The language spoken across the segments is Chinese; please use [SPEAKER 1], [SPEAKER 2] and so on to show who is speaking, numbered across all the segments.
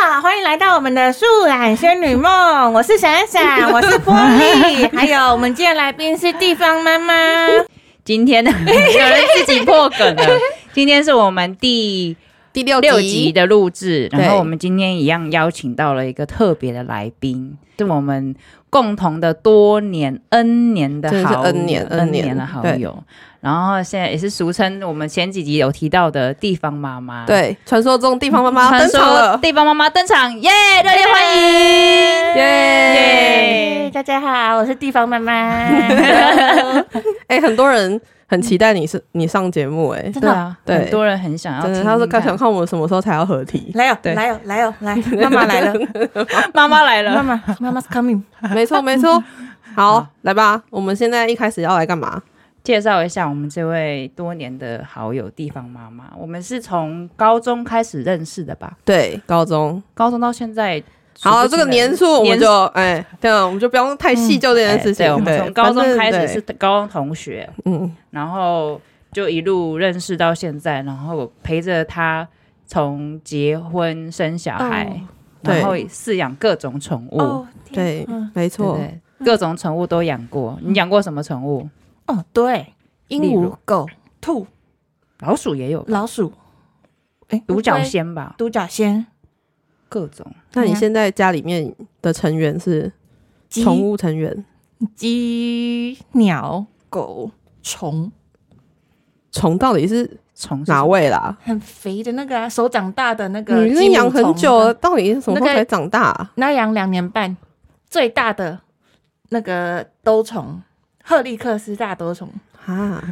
[SPEAKER 1] 好，欢迎来到我们的《树懒仙女梦》，我是闪闪，我是波利，还有我们今天来宾是地方妈妈。
[SPEAKER 2] 今 天呢，有人自己破梗了。今天是我们第
[SPEAKER 3] 第六
[SPEAKER 2] 六集的录制，
[SPEAKER 3] 对
[SPEAKER 2] 然后我们今天一样邀请到了一个特别的来宾，是我们共同的多年 N 年的
[SPEAKER 3] 真的是
[SPEAKER 2] 好友
[SPEAKER 3] N 年
[SPEAKER 2] N
[SPEAKER 3] N 年
[SPEAKER 2] 年的好友，然后现在也是俗称我们前几集有提到的地方妈妈，，
[SPEAKER 3] 对，传说中地方妈
[SPEAKER 2] 嗯
[SPEAKER 3] 妈
[SPEAKER 2] 传
[SPEAKER 3] 登场
[SPEAKER 2] 说
[SPEAKER 3] 了，
[SPEAKER 2] 地方妈妈登场，耶，热烈欢迎，
[SPEAKER 3] 耶！
[SPEAKER 2] 耶
[SPEAKER 1] 大家好，我是地方妈妈。
[SPEAKER 3] 哎，很多人很期待你是你上节目，哎，
[SPEAKER 2] 对啊，
[SPEAKER 3] 对
[SPEAKER 2] 很多人很想要
[SPEAKER 3] 真
[SPEAKER 2] 听听
[SPEAKER 3] 的，他
[SPEAKER 2] 看，
[SPEAKER 3] 说看想看我们什么时候才要合体。
[SPEAKER 1] 来哦，
[SPEAKER 2] 对
[SPEAKER 1] 来哦，来哦，来， 妈妈来了，
[SPEAKER 2] 妈妈来了
[SPEAKER 1] 妈，妈，妈妈 's coming。
[SPEAKER 3] 没错，没错。好
[SPEAKER 2] 好，
[SPEAKER 3] 来吧，我们现在一开始要来干嘛？
[SPEAKER 2] 介绍一下我们这位多年的好友地方妈妈，我们是从高中开始认识的吧？
[SPEAKER 3] 对，高中。
[SPEAKER 2] 高中到现在，
[SPEAKER 3] 好，这个年数我们
[SPEAKER 2] 年
[SPEAKER 3] 就哎，对啊，我们就不用太细究这件
[SPEAKER 2] 哎
[SPEAKER 3] 事情。
[SPEAKER 2] 对，我们从高
[SPEAKER 3] 反
[SPEAKER 2] 中
[SPEAKER 3] 正
[SPEAKER 2] 开始是
[SPEAKER 3] 对
[SPEAKER 2] 高中同学，
[SPEAKER 3] 嗯，
[SPEAKER 2] 然后就一路认识到现在，然后陪着她从结婚生小孩，
[SPEAKER 3] 哦对
[SPEAKER 2] 然后饲养各种宠物，
[SPEAKER 1] 哦，天
[SPEAKER 3] 对
[SPEAKER 1] 嗯，
[SPEAKER 2] 对
[SPEAKER 3] 没
[SPEAKER 2] 不
[SPEAKER 3] 错，嗯
[SPEAKER 2] 对？各种宠物都养过，你养过什么宠物？
[SPEAKER 1] 哦，对，鹦
[SPEAKER 2] 例
[SPEAKER 1] 鹉
[SPEAKER 2] 如、
[SPEAKER 1] 狗、兔、
[SPEAKER 2] 老鼠也有，
[SPEAKER 1] 老鼠，哎，
[SPEAKER 2] 独角
[SPEAKER 1] 乌龟、
[SPEAKER 2] 仙吧，
[SPEAKER 1] 独角仙、
[SPEAKER 2] 各种
[SPEAKER 3] 那你现在家里面的成员是
[SPEAKER 1] 鸡、
[SPEAKER 3] 宠物成员，
[SPEAKER 1] 鸡、鸟、狗、虫，
[SPEAKER 3] 虫到底是
[SPEAKER 2] 虫是什么
[SPEAKER 3] 哪位啦？
[SPEAKER 1] 很肥的那个啊，手掌大的那个。
[SPEAKER 3] 你是养很久
[SPEAKER 1] 啊
[SPEAKER 3] 了，，到底是什么时候
[SPEAKER 1] 那个
[SPEAKER 3] 才长大啊？
[SPEAKER 1] 那养两年半，最大的那个兜虫，赫利克斯大兜虫，
[SPEAKER 3] 啊，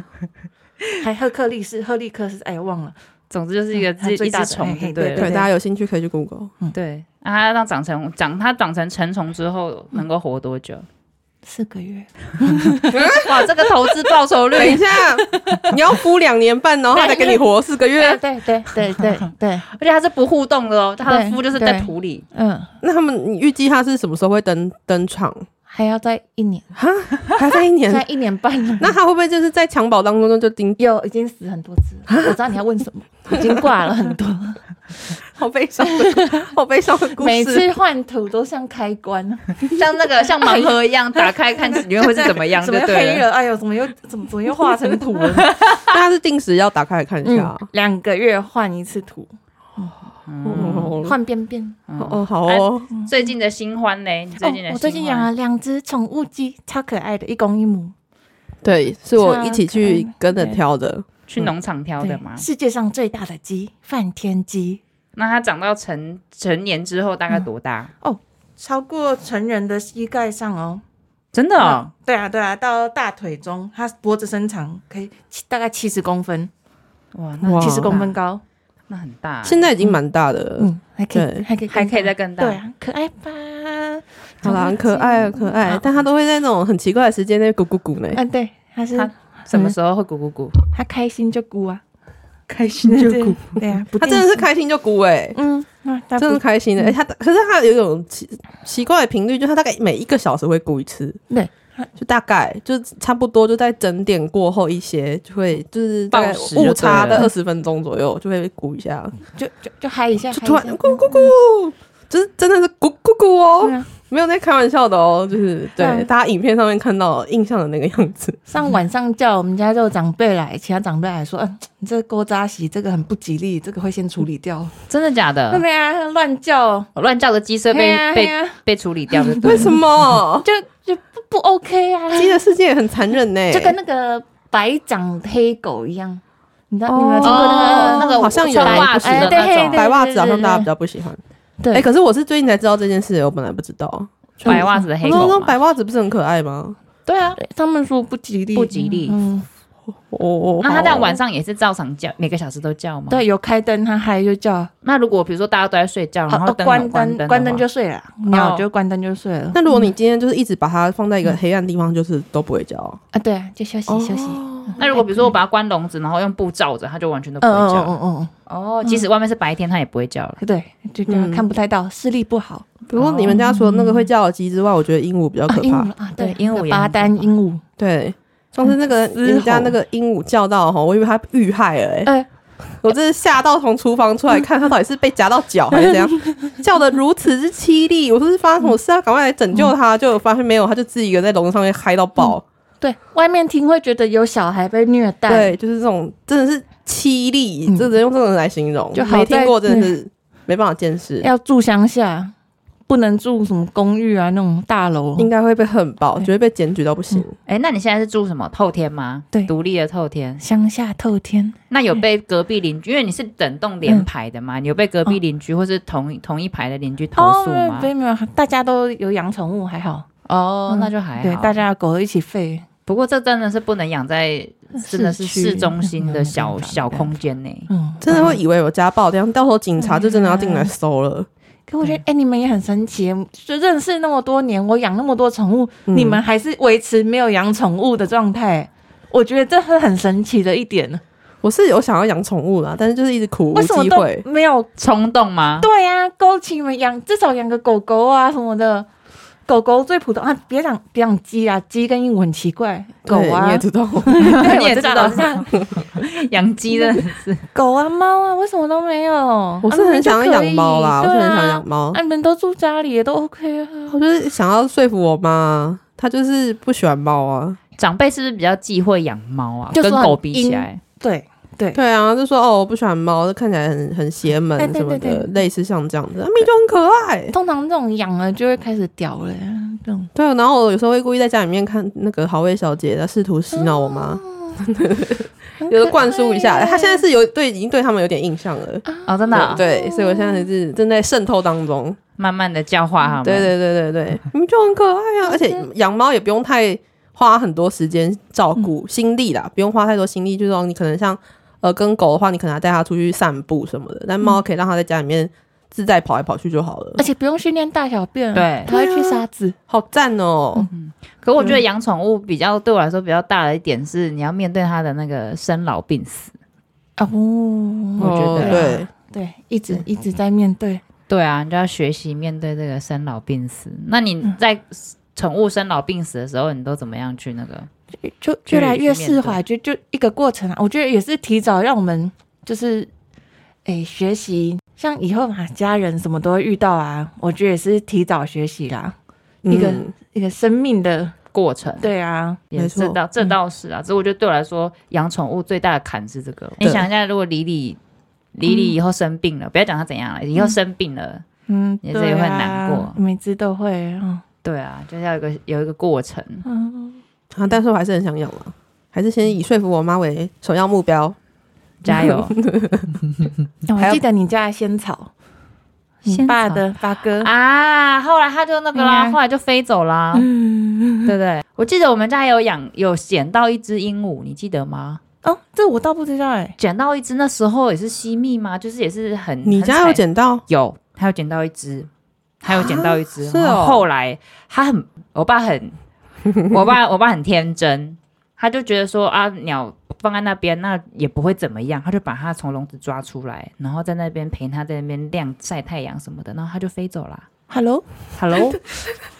[SPEAKER 1] 还赫克利斯，赫利克斯，哎，忘了。
[SPEAKER 2] 总之就是一个
[SPEAKER 1] 嗯它
[SPEAKER 2] 是一
[SPEAKER 1] 最大的
[SPEAKER 2] 只虫
[SPEAKER 1] 嘿
[SPEAKER 2] 就
[SPEAKER 1] 嘿
[SPEAKER 2] 对
[SPEAKER 1] 对
[SPEAKER 2] 了
[SPEAKER 3] 对，大家有兴趣可以去 Google。
[SPEAKER 2] 对。啊，它让长成长，它长成成虫之后能够活多久？
[SPEAKER 1] 四个月，
[SPEAKER 2] 哇，这个投资报酬率
[SPEAKER 3] 等一下，你要孵两年半，然后他才跟你活四个
[SPEAKER 1] 对
[SPEAKER 3] 月，
[SPEAKER 1] 对对对对对，
[SPEAKER 2] 而且它是不互动的哦，它的
[SPEAKER 1] 对
[SPEAKER 2] 肤就是在
[SPEAKER 1] 对
[SPEAKER 2] 土里。
[SPEAKER 1] 嗯，
[SPEAKER 3] 那他们你预计他是什么时候会登登场？
[SPEAKER 1] 还要再一年，
[SPEAKER 3] 还在
[SPEAKER 1] 再
[SPEAKER 3] 一年，
[SPEAKER 1] 一年半 了。
[SPEAKER 3] 那他会不会就是在襁褓当中就盯？
[SPEAKER 1] 有已经死很多次了，我知道你要问什么， 已经挂了很多，
[SPEAKER 3] 好悲伤的，好悲伤的故事。
[SPEAKER 1] 每次换土都像开关，
[SPEAKER 2] 像那 个像盲盒一样，打开看里面会是怎么 样，
[SPEAKER 1] 什
[SPEAKER 2] 就
[SPEAKER 1] 么又黑
[SPEAKER 2] 对了。
[SPEAKER 1] 了，哎呦，怎么又怎么怎么又化成土了？
[SPEAKER 3] 大家是定时要打开来看一 下
[SPEAKER 1] 嗯。，两个月换一次土，
[SPEAKER 3] 哦
[SPEAKER 1] 换便便。
[SPEAKER 3] 哦，好哦，
[SPEAKER 2] 嗯
[SPEAKER 1] 哎
[SPEAKER 2] 最近的新欢嘞，你最近的新啊 欢
[SPEAKER 1] 哦，我最近养了两只宠物鸡，超可爱的，一公一母。
[SPEAKER 3] 对，是我一起去跟着
[SPEAKER 2] 对
[SPEAKER 3] 挑
[SPEAKER 1] 嗯
[SPEAKER 3] 的。
[SPEAKER 2] 去农场挑的
[SPEAKER 1] 对
[SPEAKER 2] 嘛。
[SPEAKER 1] 世界上最大的鸡，梵天鸡，
[SPEAKER 2] 那它长到成成年之后大概多大？
[SPEAKER 1] 超过成人的膝盖上哦。
[SPEAKER 2] 真的哦，
[SPEAKER 1] 对啊，对啊，到大腿中，它脖子伸长，可以七大概七十公分，
[SPEAKER 2] 哇，
[SPEAKER 3] 哇
[SPEAKER 1] 七十公分高。
[SPEAKER 2] 那很大，
[SPEAKER 3] 现在已经蛮大的了，
[SPEAKER 1] 嗯，还可
[SPEAKER 3] 对
[SPEAKER 1] 以，还可以，
[SPEAKER 2] 还可以再。更大
[SPEAKER 1] 对。啊，可爱吧？
[SPEAKER 3] 好啦，很可爱，很可爱，但他都会在那种很奇怪的时间内咕咕咕呢。
[SPEAKER 1] 嗯，对，它是
[SPEAKER 2] 它什么时候会咕咕咕？
[SPEAKER 1] 它开心就咕啊，
[SPEAKER 2] 开心
[SPEAKER 1] 对。 对啊，不
[SPEAKER 3] 他
[SPEAKER 1] 定
[SPEAKER 3] 真的是
[SPEAKER 1] 时，
[SPEAKER 3] 开心就咕哎、
[SPEAKER 1] 嗯，那它
[SPEAKER 3] 真的
[SPEAKER 1] 不嗯
[SPEAKER 3] 开心的、欸。他可是他有一种奇奇怪的频率，就他大概每一个小时会咕一次，
[SPEAKER 1] 对，
[SPEAKER 3] 就大概就差不多就在整点过后一些就会就是大概
[SPEAKER 2] 报时就对了
[SPEAKER 3] 误差在二十分钟左右就会咕一下，
[SPEAKER 1] 就就就嗨一下，
[SPEAKER 3] 就
[SPEAKER 1] 嗨一
[SPEAKER 3] 突然
[SPEAKER 1] 下嗯
[SPEAKER 3] 咕咕咕，就是真的是咕咕咕
[SPEAKER 1] 对
[SPEAKER 3] 哦。
[SPEAKER 1] 啊
[SPEAKER 3] 没有在开玩笑的哦，就是对、
[SPEAKER 1] 嗯
[SPEAKER 3] 大家影片上面看到印象的那个样子，
[SPEAKER 1] 上晚上叫我们家就长辈来，其他长辈还说，嗯、你这个勾扎席这个很不吉利，这个会先处理掉。
[SPEAKER 2] 真的假的
[SPEAKER 1] 对？啊，乱叫，
[SPEAKER 2] 乱叫的鸡舍
[SPEAKER 1] 嘿
[SPEAKER 2] 被
[SPEAKER 1] 啊嘿
[SPEAKER 2] 被
[SPEAKER 1] 啊
[SPEAKER 2] 被处理掉就对
[SPEAKER 3] 为
[SPEAKER 2] 了。
[SPEAKER 3] 什么？
[SPEAKER 1] 就就不不 OK 啊，
[SPEAKER 3] 鸡的世界也很残忍呢、
[SPEAKER 1] 就跟那个白掌黑狗一样，你知道、
[SPEAKER 3] 哦
[SPEAKER 1] 你们有听过那
[SPEAKER 3] 哦
[SPEAKER 1] 个那个？
[SPEAKER 3] 好像有
[SPEAKER 2] 穿袜子的
[SPEAKER 1] 哎对
[SPEAKER 2] 那
[SPEAKER 1] 对
[SPEAKER 2] 种
[SPEAKER 3] 白袜子好像大家比较不喜欢。
[SPEAKER 1] 对
[SPEAKER 3] 哎、可是我是最近才知道这件事，我本来不知道。
[SPEAKER 2] 白袜子的黑
[SPEAKER 1] 哦
[SPEAKER 3] 我说
[SPEAKER 2] 狗
[SPEAKER 3] 那白袜子不是很可爱吗？
[SPEAKER 1] 对啊，他们说不吉利，
[SPEAKER 2] 不吉利
[SPEAKER 1] 嗯，
[SPEAKER 3] 哦哦，
[SPEAKER 2] 那它
[SPEAKER 3] 好
[SPEAKER 2] 在晚上也是照常叫，每个小时都叫吗？。
[SPEAKER 1] 对，有开灯，它嗨就叫，
[SPEAKER 2] 那如果比如说大家都在睡觉，然后
[SPEAKER 1] 哦
[SPEAKER 2] 灯有
[SPEAKER 1] 关
[SPEAKER 2] 关
[SPEAKER 1] 灯，
[SPEAKER 2] 关
[SPEAKER 1] 关灯就睡了，鸟就关灯就睡了。
[SPEAKER 3] 那如果你今天就是一直把它放在一个黑暗地方，就是都不 会叫。哦
[SPEAKER 1] 啊，对啊，就休息休息。
[SPEAKER 2] 那如果比如说我把它关笼子，然后用布罩着，它就完全都不
[SPEAKER 1] 嗯嗯
[SPEAKER 2] 会
[SPEAKER 1] 嗯
[SPEAKER 2] 叫。
[SPEAKER 1] 嗯嗯
[SPEAKER 2] 哦，即使外面是白天，它也不会叫了。
[SPEAKER 1] 嗯，对，就这样
[SPEAKER 3] 嗯
[SPEAKER 1] 看不太到，视力不好。
[SPEAKER 3] 不过你们家除了那个会叫的鸡之外，我觉得鹦鹉比较
[SPEAKER 1] 啊，
[SPEAKER 3] 可
[SPEAKER 1] 鹦
[SPEAKER 3] 怕
[SPEAKER 1] 鹉。啊，
[SPEAKER 2] 对
[SPEAKER 1] 对，
[SPEAKER 2] 鹦鹉也
[SPEAKER 1] 巴
[SPEAKER 2] 很可
[SPEAKER 1] 丹
[SPEAKER 2] 怕
[SPEAKER 1] 鹦鹉，
[SPEAKER 3] 对，上次那个
[SPEAKER 1] 嘶吼
[SPEAKER 3] 你们家那个鹦鹉叫到哈，我以为它遇害了、欸。
[SPEAKER 1] 呃，
[SPEAKER 3] 我真是吓到从厨房出来看，他到底是被夹到脚还是 怎样，叫的如此之凄厉。我说是发生什么事啊？赶快来拯救
[SPEAKER 1] 嗯
[SPEAKER 3] 他！就发现没有，他就自己一个人在笼子上面嗨到爆。
[SPEAKER 1] 对外面听会觉得有小孩被虐待，
[SPEAKER 3] 对，就是这种，真的是凄厉，这只能用这种来形容。
[SPEAKER 1] 嗯就好
[SPEAKER 3] 没听
[SPEAKER 1] 在
[SPEAKER 3] 过，真的是没办法见识，
[SPEAKER 1] 要住乡下，不能住什么公寓啊那种大楼。
[SPEAKER 3] 应该会被恨爆，
[SPEAKER 1] 对嗯
[SPEAKER 3] 绝对被检举到不行。
[SPEAKER 2] 哎，那你现在是住什么透天吗？
[SPEAKER 1] 对
[SPEAKER 2] 独立的透天。
[SPEAKER 1] 乡下透天，
[SPEAKER 2] 那有被隔壁邻居，因为你是整栋连排的嘛，你有被隔壁邻居或是同同一排的邻居投诉
[SPEAKER 1] 哦
[SPEAKER 2] 吗
[SPEAKER 1] 没？有没有，大家都有养宠物，还好。
[SPEAKER 2] 哦，那就还好。
[SPEAKER 1] 对，大家的狗一起吠，
[SPEAKER 2] 不过这真的是不能养在真的是
[SPEAKER 1] 嗯市区
[SPEAKER 2] 市中心的
[SPEAKER 1] 没
[SPEAKER 2] 小
[SPEAKER 1] 办法
[SPEAKER 2] 小空间内。
[SPEAKER 1] 嗯，
[SPEAKER 3] 真的会以为有家暴，这样到时候警察就真的要进来搜了。
[SPEAKER 1] 可我觉得，哎、你们也很神奇，就认识那么多年，我养那么多宠物，
[SPEAKER 3] 嗯
[SPEAKER 1] 你们还是维持没有养宠物的状态，我觉得这是很神奇的一点。哦
[SPEAKER 3] 我是有想要养宠物啦，但是就是一直苦无
[SPEAKER 1] 为什么
[SPEAKER 3] 机会。
[SPEAKER 1] 都没有？
[SPEAKER 2] 冲动吗？
[SPEAKER 1] 对啊呀、勾起你们养，至少养个狗狗啊什么的。狗狗最普通啊，别养别养鸡啊，鸡跟鹦鹉很奇怪。狗
[SPEAKER 3] 对
[SPEAKER 1] 啊
[SPEAKER 3] 你也，知 道，
[SPEAKER 1] 对
[SPEAKER 2] 你也知道
[SPEAKER 1] 我知道，
[SPEAKER 2] 养鸡 的
[SPEAKER 1] 狗啊猫啊，为什么都没有？
[SPEAKER 3] 我是很想要养猫啦，我是很想养
[SPEAKER 1] 猫。
[SPEAKER 3] 猫
[SPEAKER 1] 啊，。你们都住家里也都 OK 啊。
[SPEAKER 3] 我就是想要说服我妈，她就是不喜欢猫啊。
[SPEAKER 2] 长辈是不是比较忌讳养猫啊？
[SPEAKER 1] 就
[SPEAKER 2] 跟
[SPEAKER 1] 说
[SPEAKER 2] 狗比起来，
[SPEAKER 1] 对，
[SPEAKER 3] 对啊，就说哦，我不喜欢猫，这看起来很很邪门
[SPEAKER 1] 哎对
[SPEAKER 3] 什么的，
[SPEAKER 1] 对对
[SPEAKER 3] 类似像这样子，啊咪就很可爱。
[SPEAKER 1] 通常这种养了就会开始屌了，这种
[SPEAKER 3] 对，啊然后我有时候会故意在家里面看那个好味小姐，她试图洗脑我妈，有时候灌输一
[SPEAKER 1] 哦
[SPEAKER 3] 下。她现在是有对已经对他们有点印象了，
[SPEAKER 2] 哦，真的啊、
[SPEAKER 3] 对，所以我现在是正在渗透当中。
[SPEAKER 2] 慢慢的教化他们。
[SPEAKER 3] 对对对对对，你们就很可爱啊！而且养猫也不用太花很多时间照顾、心力啦，不用花太多心力。就是说，你可能像呃跟狗的话，你可能要带它出去散步什么的，但猫可以让它在家里面自在跑来跑去就好了
[SPEAKER 1] 而，且不用训练大小便，
[SPEAKER 2] 对
[SPEAKER 1] 它会
[SPEAKER 3] 啊
[SPEAKER 1] 去沙子，
[SPEAKER 3] 好赞哦、
[SPEAKER 2] 可我觉得养宠物比较对我来说比较大的一点是，你要面对它的那个生老病死。
[SPEAKER 1] 哦，
[SPEAKER 2] 我觉得啊
[SPEAKER 3] 哦对，
[SPEAKER 1] 对，一直一直在面对，
[SPEAKER 2] 对啊，你就要学习面对这个生老病死。那
[SPEAKER 1] 嗯
[SPEAKER 2] 你在宠物生老病死的时候，你都怎么样去那个？
[SPEAKER 1] 就
[SPEAKER 2] 去
[SPEAKER 1] 越来越释怀，就就一个过程啊。我觉得也是提早让我们就是，哎、学习，像以后嘛，家人什么都会遇到啊，我觉得也是提早学习啦，一个
[SPEAKER 3] 嗯
[SPEAKER 1] 一个生命的，
[SPEAKER 2] 过程，
[SPEAKER 1] 对啊，
[SPEAKER 2] 也
[SPEAKER 3] 没
[SPEAKER 2] 这
[SPEAKER 3] 错嗯
[SPEAKER 2] 倒这倒是啊，这我觉得对我来说，养宠物最大的坎是这个。你
[SPEAKER 3] 对
[SPEAKER 2] 想一下，如果李李李
[SPEAKER 3] 嗯
[SPEAKER 2] 李以后生病了，不要讲他怎样了，以后生病了，
[SPEAKER 1] 嗯，
[SPEAKER 2] 也是也会
[SPEAKER 1] 对啊
[SPEAKER 2] 难过
[SPEAKER 1] 每次都会，嗯
[SPEAKER 2] 对啊，就是要有一个有一个过程。
[SPEAKER 1] 嗯，
[SPEAKER 3] 啊，但是我还是很想养啊，还是先以说服我妈为首要目标。
[SPEAKER 2] 加 油！
[SPEAKER 1] 我
[SPEAKER 3] 还
[SPEAKER 1] 还
[SPEAKER 3] 有
[SPEAKER 1] 记得你家的仙草，你
[SPEAKER 2] 仙
[SPEAKER 1] 爸
[SPEAKER 2] 草
[SPEAKER 1] 的八哥，
[SPEAKER 2] 啊，后来他就那个
[SPEAKER 1] 哎
[SPEAKER 2] 啦，
[SPEAKER 1] 呀
[SPEAKER 2] 后来就飞走啦，
[SPEAKER 3] 嗯
[SPEAKER 2] 对
[SPEAKER 1] 嗯
[SPEAKER 2] 不对？我记得我们家有养有捡到一只鹦鹉，你记得吗？
[SPEAKER 1] 哦，这我倒不知道哎、
[SPEAKER 2] 捡到一只，那时候也是惜蜜吗？就是也是嗯很
[SPEAKER 3] 你家有
[SPEAKER 2] 很惨
[SPEAKER 3] 捡到？
[SPEAKER 2] 有，他有捡到一只，他有捡到一只。
[SPEAKER 3] 啊是
[SPEAKER 2] 然后
[SPEAKER 3] 哦
[SPEAKER 2] 后来他很，我爸很，我爸我爸很天真，他就觉得说啊，鸟放在那边那也不会怎么样，他就把它从笼子抓出来，然后在那边陪它在那边晾晒太阳什么的，然后它就飞走啦。
[SPEAKER 1] Hello，
[SPEAKER 2] Hello，